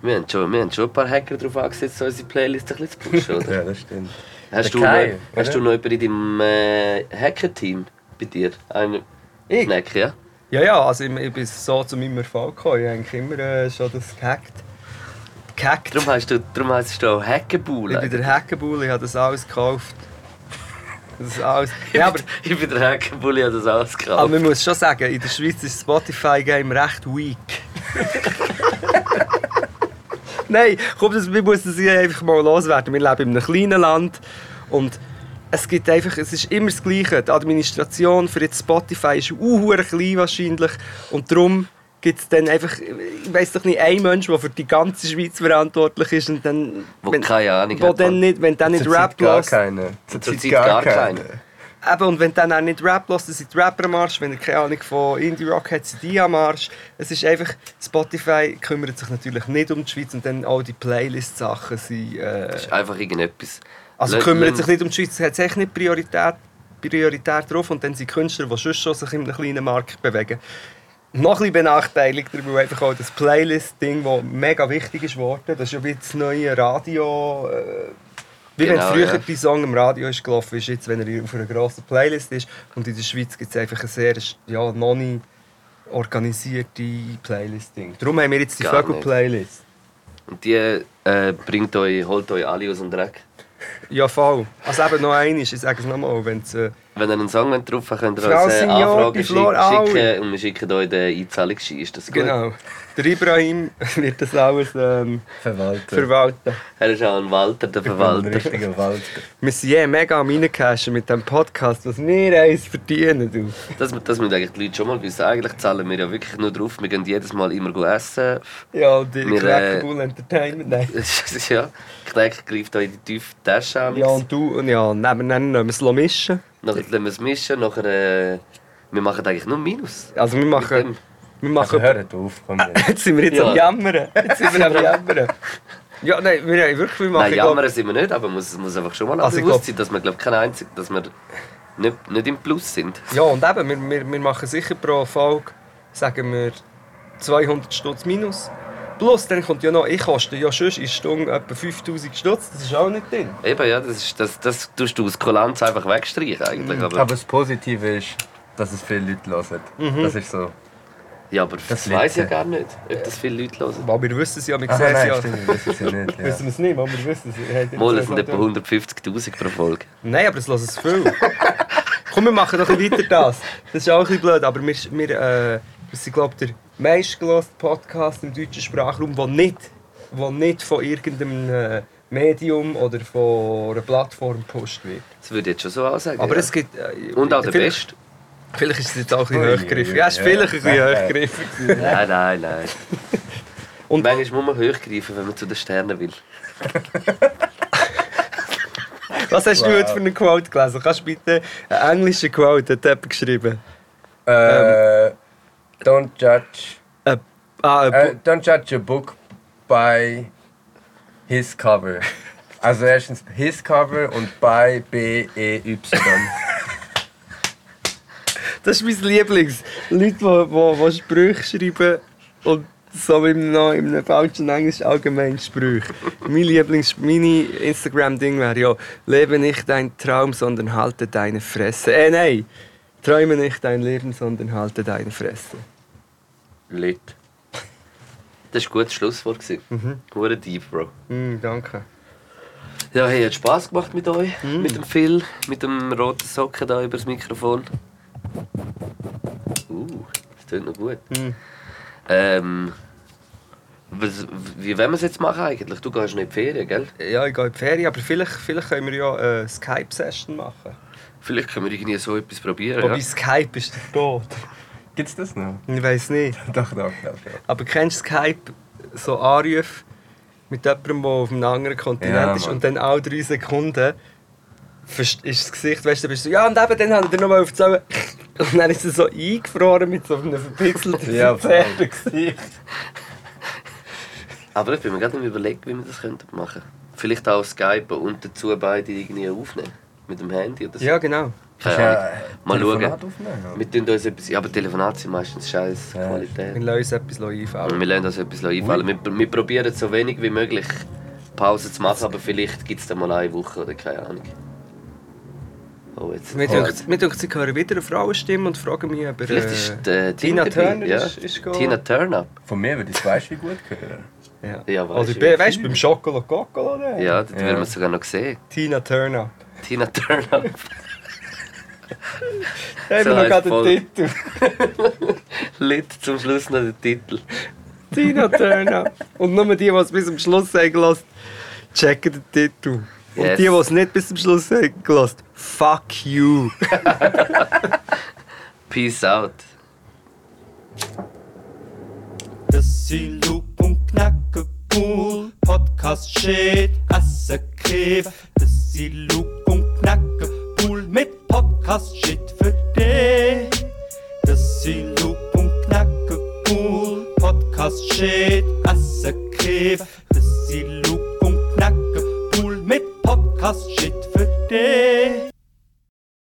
Speaker 4: Wir haben schon, wir haben schon ein paar Hacker drauf angesetzt, so unsere Playlist ein bisschen zu pushen,
Speaker 5: [LAUGHS]
Speaker 4: oder?
Speaker 3: Ja, das stimmt.
Speaker 4: Hast du,
Speaker 3: Der Kai,
Speaker 4: noch, hast
Speaker 3: oder?
Speaker 4: du noch jemanden in deinem äh, Hacker-Team bei dir? Einen
Speaker 5: Ich?
Speaker 4: Snack, ja?
Speaker 5: Ja, ja, also ich, ich bin so zu meinem Erfolg gekommen. Ich habe eigentlich immer äh, schon das gehackt. Gehackt.
Speaker 4: Darum heißt du, darum heisst du auch Hackerbuhl.
Speaker 5: Ich bin der Hackenbull, ich habe das alles gekauft. Das ist alles.
Speaker 4: [LAUGHS] Ich
Speaker 5: Ja, aber,
Speaker 4: bin- ich bin der Hackerbull, ich habe das alles
Speaker 5: aber
Speaker 4: gekauft.
Speaker 5: man muss schon sagen, in der Schweiz ist das Spotify-Game recht weak. [LAUGHS] Nein, komm, das, wir müssen das hier einfach mal loswerden. Wir leben in einem kleinen Land und es gibt einfach, es ist immer das Gleiche. Die Administration für jetzt Spotify ist unhuere klein wahrscheinlich und darum gibt es dann einfach, ich weiß doch nicht, einen Mensch, der für die ganze Schweiz verantwortlich ist und dann...
Speaker 4: Wo keine Ahnung
Speaker 5: wo
Speaker 4: hat,
Speaker 5: dann
Speaker 4: Mann.
Speaker 5: nicht, wenn dann nicht
Speaker 3: Zurzeit
Speaker 5: Rap lässt,
Speaker 3: keine.
Speaker 4: Zurzeit gar keine.
Speaker 5: Eben, und wenn dann auch nicht Rap hört, dann sind die Rapper am Arsch. Wenn er keine Ahnung von Indie-Rock hat, sind die am Arsch. Es ist einfach, Spotify kümmert sich natürlich nicht um die Schweiz und dann all die Playlist-Sachen sind... Äh,
Speaker 4: Das ist einfach irgendetwas.
Speaker 5: also
Speaker 4: Lass-
Speaker 5: kümmert
Speaker 4: lass-
Speaker 5: sich nicht um die Schweiz, hat es echt nicht Priorität, prioritär drauf. Und dann sind Künstler, die sonst schon sich in einem kleinen Markt bewegen, noch ein bisschen benachteiligt, weil einfach auch das Playlist-Ding, das mega wichtig ist geworden, das ist ja wie das neue Radio... Äh, wie
Speaker 4: Genau,
Speaker 5: wenn früher
Speaker 4: ja.
Speaker 5: die Song im Radio ist gelaufen ist, jetzt, wenn er auf einer grossen Playlist ist. Und in der Schweiz gibt es einfach ein sehr ja, noch nie organisierte Playlist-Ding. Darum haben wir jetzt die
Speaker 4: Gar nicht.
Speaker 5: Vögel-Playlist.
Speaker 4: Und die äh, bringt euch, holt euch alle aus dem Dreck.
Speaker 5: Ja, voll. Also eben noch eine ist, ich sage es nochmal, wenn es... Äh,
Speaker 4: Wenn ihr einen Song wollt drauf habt, könnt ihr
Speaker 5: Frau
Speaker 4: uns äh,
Speaker 5: Signor, die
Speaker 4: Anfragen schick,
Speaker 5: Flor, alle.
Speaker 4: schicken und wir schicken euch den Einzahlungsschein. Ist das gut?
Speaker 5: Genau. Der Ibrahim [LAUGHS] wird das alles ähm,
Speaker 3: Verwalter.
Speaker 5: verwalten.
Speaker 4: Er ist auch ein Walter,
Speaker 5: [LAUGHS]
Speaker 4: der
Speaker 3: Ein
Speaker 4: Verwalter.
Speaker 3: richtiger Walter.
Speaker 5: Wir sind eh mega am Reincashen mit diesem Podcast, was wir eins verdienen. Du.
Speaker 4: Das, das müssen eigentlich die Leute schon mal wissen. Eigentlich zahlen wir ja wirklich nur drauf. Wir gehen jedes Mal immer go essen. [LAUGHS]
Speaker 5: Ja, die
Speaker 4: Wir, äh,
Speaker 5: Crackable Entertainment. Nein.
Speaker 4: ja, Knäck greift euch in die tiefe Tasche an.
Speaker 5: Ja, und du und ja, nebeneinander nehmen wir es mischen.
Speaker 4: Nachher lassen wir es mischen. Nachher, äh, wir machen eigentlich nur Minus.
Speaker 5: Also wir machen.
Speaker 4: Mit
Speaker 5: Wir
Speaker 3: Also
Speaker 4: [LAUGHS]
Speaker 5: machen
Speaker 3: hört auf,
Speaker 4: Ah,
Speaker 3: komm jetzt.
Speaker 5: jetzt sind wir jetzt
Speaker 4: Ja.
Speaker 5: am Jammern. Jetzt sind wir
Speaker 4: [LAUGHS]
Speaker 5: am Jammern. Ja, nein, wir haben wirklich wir machen.
Speaker 4: Nein,
Speaker 5: ich glaub-
Speaker 4: jammern sind wir nicht, aber es muss, muss einfach schon mal
Speaker 5: Also ich
Speaker 4: bewusst sein,
Speaker 5: glaub-
Speaker 4: dass wir glaub, kein einzig, dass wir nicht, nicht im Plus sind.
Speaker 5: Ja, und eben, wir, wir, wir machen sicher pro Folge, sagen wir, 200 Stutz minus. Plus, dann kommt ja noch, ich koste ja schon in Stunde etwa 5000 Stutz, das ist auch nicht drin.
Speaker 4: Eben, ja, das, ist, das, das tust du aus Kulanz einfach wegstreichen eigentlich. Aber,
Speaker 3: Aber das Positive ist, dass es viele Leute hören. Das ist so.
Speaker 4: ja, aber
Speaker 3: das
Speaker 4: das weiß ja
Speaker 3: Letzte.
Speaker 4: gar nicht, ob das viele Leute hören.
Speaker 5: Aber wir wissen es ja, wir
Speaker 3: Ach,
Speaker 5: sehen es
Speaker 3: nein,
Speaker 5: ja.
Speaker 3: stimmt, wir wissen es ja nicht. [LAUGHS]
Speaker 5: Wir wissen
Speaker 3: Ja.
Speaker 5: es nicht, aber wir wissen es. Wir haben jetzt
Speaker 4: Mal, es sind
Speaker 5: gesagt,
Speaker 4: etwa 150'000 pro Folge.
Speaker 5: Nein, aber es lassen es viel. [LAUGHS] Komm, wir machen doch ein bisschen weiter das. Das ist auch ein bisschen blöd, aber wir, wir, äh, wir sind, glaube ich, der meistgelöste Podcast im deutschen Sprachraum, der nicht, wo nicht von irgendeinem äh, Medium oder von einer Plattform gepusht wird.
Speaker 4: Das würde ich jetzt schon so ansagen.
Speaker 5: Aber
Speaker 4: ja.
Speaker 5: es gibt... Äh,
Speaker 4: Und auch der
Speaker 5: vielleicht-
Speaker 4: Beste.
Speaker 5: Vielleicht ist es jetzt auch ein
Speaker 3: Ui,
Speaker 5: bisschen hochgriffig. Ja, es ist
Speaker 3: ja.
Speaker 5: vielleicht ein bisschen
Speaker 3: Nein.
Speaker 5: hochgriffig.
Speaker 4: Nein, nein, nein.
Speaker 5: Und-
Speaker 4: Und manchmal muss man hochgreifen, wenn man zu den Sternen will.
Speaker 5: Was hast du heute für eine Quote gelesen? Kannst du bitte eine englische eh, Quote, hat jemand geschrieben.
Speaker 3: Äh, don't judge.
Speaker 5: Äh, ah, ein
Speaker 3: Äh,
Speaker 5: Bu-
Speaker 3: don't judge a book by his cover. Also erstens his cover und by B E Y.
Speaker 5: das ist mein Lieblings. Leute, die, die, die Sprüche schreiben und so im, noch in einem falschen Englisch allgemein Sprüche. mein Lieblings, meine Instagram-Ding wäre ja, lebe nicht deinen Traum, sondern halte deine Fresse. Äh, nein, träume nicht dein Leben, sondern halte deine Fresse.
Speaker 4: Lit. Das war ein gutes Schlusswort. Mhm. Hure deep, Bro.
Speaker 5: Mm, danke.
Speaker 4: Ja, hey, hat Spass gemacht mit euch,
Speaker 5: Hm.
Speaker 4: mit dem Phil, mit dem roten Socken da über das Mikrofon. Uh, das tönt noch gut.
Speaker 5: Mhm.
Speaker 4: Ähm, was, wie wollen wir es jetzt machen eigentlich? Du gehst nicht in die Ferien, gell?
Speaker 5: Ja, ich gehe in die Ferien, aber vielleicht, vielleicht können wir ja eine Skype-Session machen.
Speaker 4: Vielleicht können wir irgendwie so etwas probieren.
Speaker 5: Wobei
Speaker 4: ja?
Speaker 5: Skype ist der Tod.
Speaker 3: [LAUGHS] Gibt's das noch?
Speaker 5: Ich weiß nicht.
Speaker 3: Doch, doch, doch. doch.
Speaker 5: Aber kennst du Skype, so Anrufe mit jemandem, der auf einem anderen Kontinent
Speaker 3: Ja,
Speaker 5: ist
Speaker 3: Mann.
Speaker 5: und dann alle drei Sekunden verst- ist das Gesicht, weißt du, dann bist du so, ja und eben, dann hat er dir nochmal aufgezählt und dann ist er so eingefroren mit so einem verpixelten,
Speaker 3: Ja, voll.
Speaker 5: verzerrten Gesicht.
Speaker 4: Aber ich bin mir gerade am überlegen, wie wir das könnten machen Vielleicht auch Skype und dazu beide irgendwie aufnehmen. Mit dem Handy oder so.
Speaker 5: Ja, genau.
Speaker 4: Keine Ahnung. Mal
Speaker 3: Telefonat
Speaker 4: schauen.
Speaker 3: aufnehmen, oder?
Speaker 4: Wir tun uns etwas. Ja, aber Telefonate sind meistens scheiß
Speaker 3: Ja.
Speaker 5: Wir
Speaker 4: Qualität.
Speaker 5: lassen uns etwas einfallen.
Speaker 4: Und wir lassen uns etwas einfallen. Wir, wir probieren so wenig wie möglich Pause zu machen, aber vielleicht gibt es dann mal eine Woche oder keine Ahnung. Oh, jetzt.
Speaker 5: Mir
Speaker 4: oh,
Speaker 5: denkt, mir denkt, sie hören wieder eine Frauenstimme und fragen mich, ob er,
Speaker 4: Vielleicht
Speaker 5: äh,
Speaker 4: ist äh,
Speaker 5: Tina
Speaker 4: dabei,
Speaker 5: Turner
Speaker 4: ja.
Speaker 5: ist- ist go-
Speaker 4: Tina Turner.
Speaker 3: Von mir würde ich es weißt wie gut hören.
Speaker 5: äh, ja.
Speaker 4: Ja, weiss
Speaker 5: Oder
Speaker 4: ich
Speaker 5: bei,
Speaker 4: nicht.
Speaker 5: weißt du, beim Schokolo Kokolo, ne?
Speaker 4: Ja, das
Speaker 3: Ja.
Speaker 4: werden wir sogar noch sehen.
Speaker 5: Tina Turner.
Speaker 4: Tina Turner.
Speaker 5: Da haben
Speaker 4: So
Speaker 5: wir noch
Speaker 4: heisst
Speaker 5: gerade
Speaker 4: voll.
Speaker 5: den Titel.
Speaker 4: [LAUGHS] Lied zum Schluss noch den Titel.
Speaker 5: Tina Turner. Und nur die, die es bis zum Schluss haben gelassen, checken den Titel. Und
Speaker 4: Yes.
Speaker 5: die, die es nicht bis zum Schluss haben gelassen, fuck you.
Speaker 4: Peace out.
Speaker 2: Das sind Loop und Knackepool, Podcast Shit, Essen Kiff. Das sind Loop und Knackepool mit Podcast Shit für dich. Das sind Loop und Knackepool, Podcast Shit, Essen Kiff. Das sind Loop und Knackepool mit Podcast Shit für dich.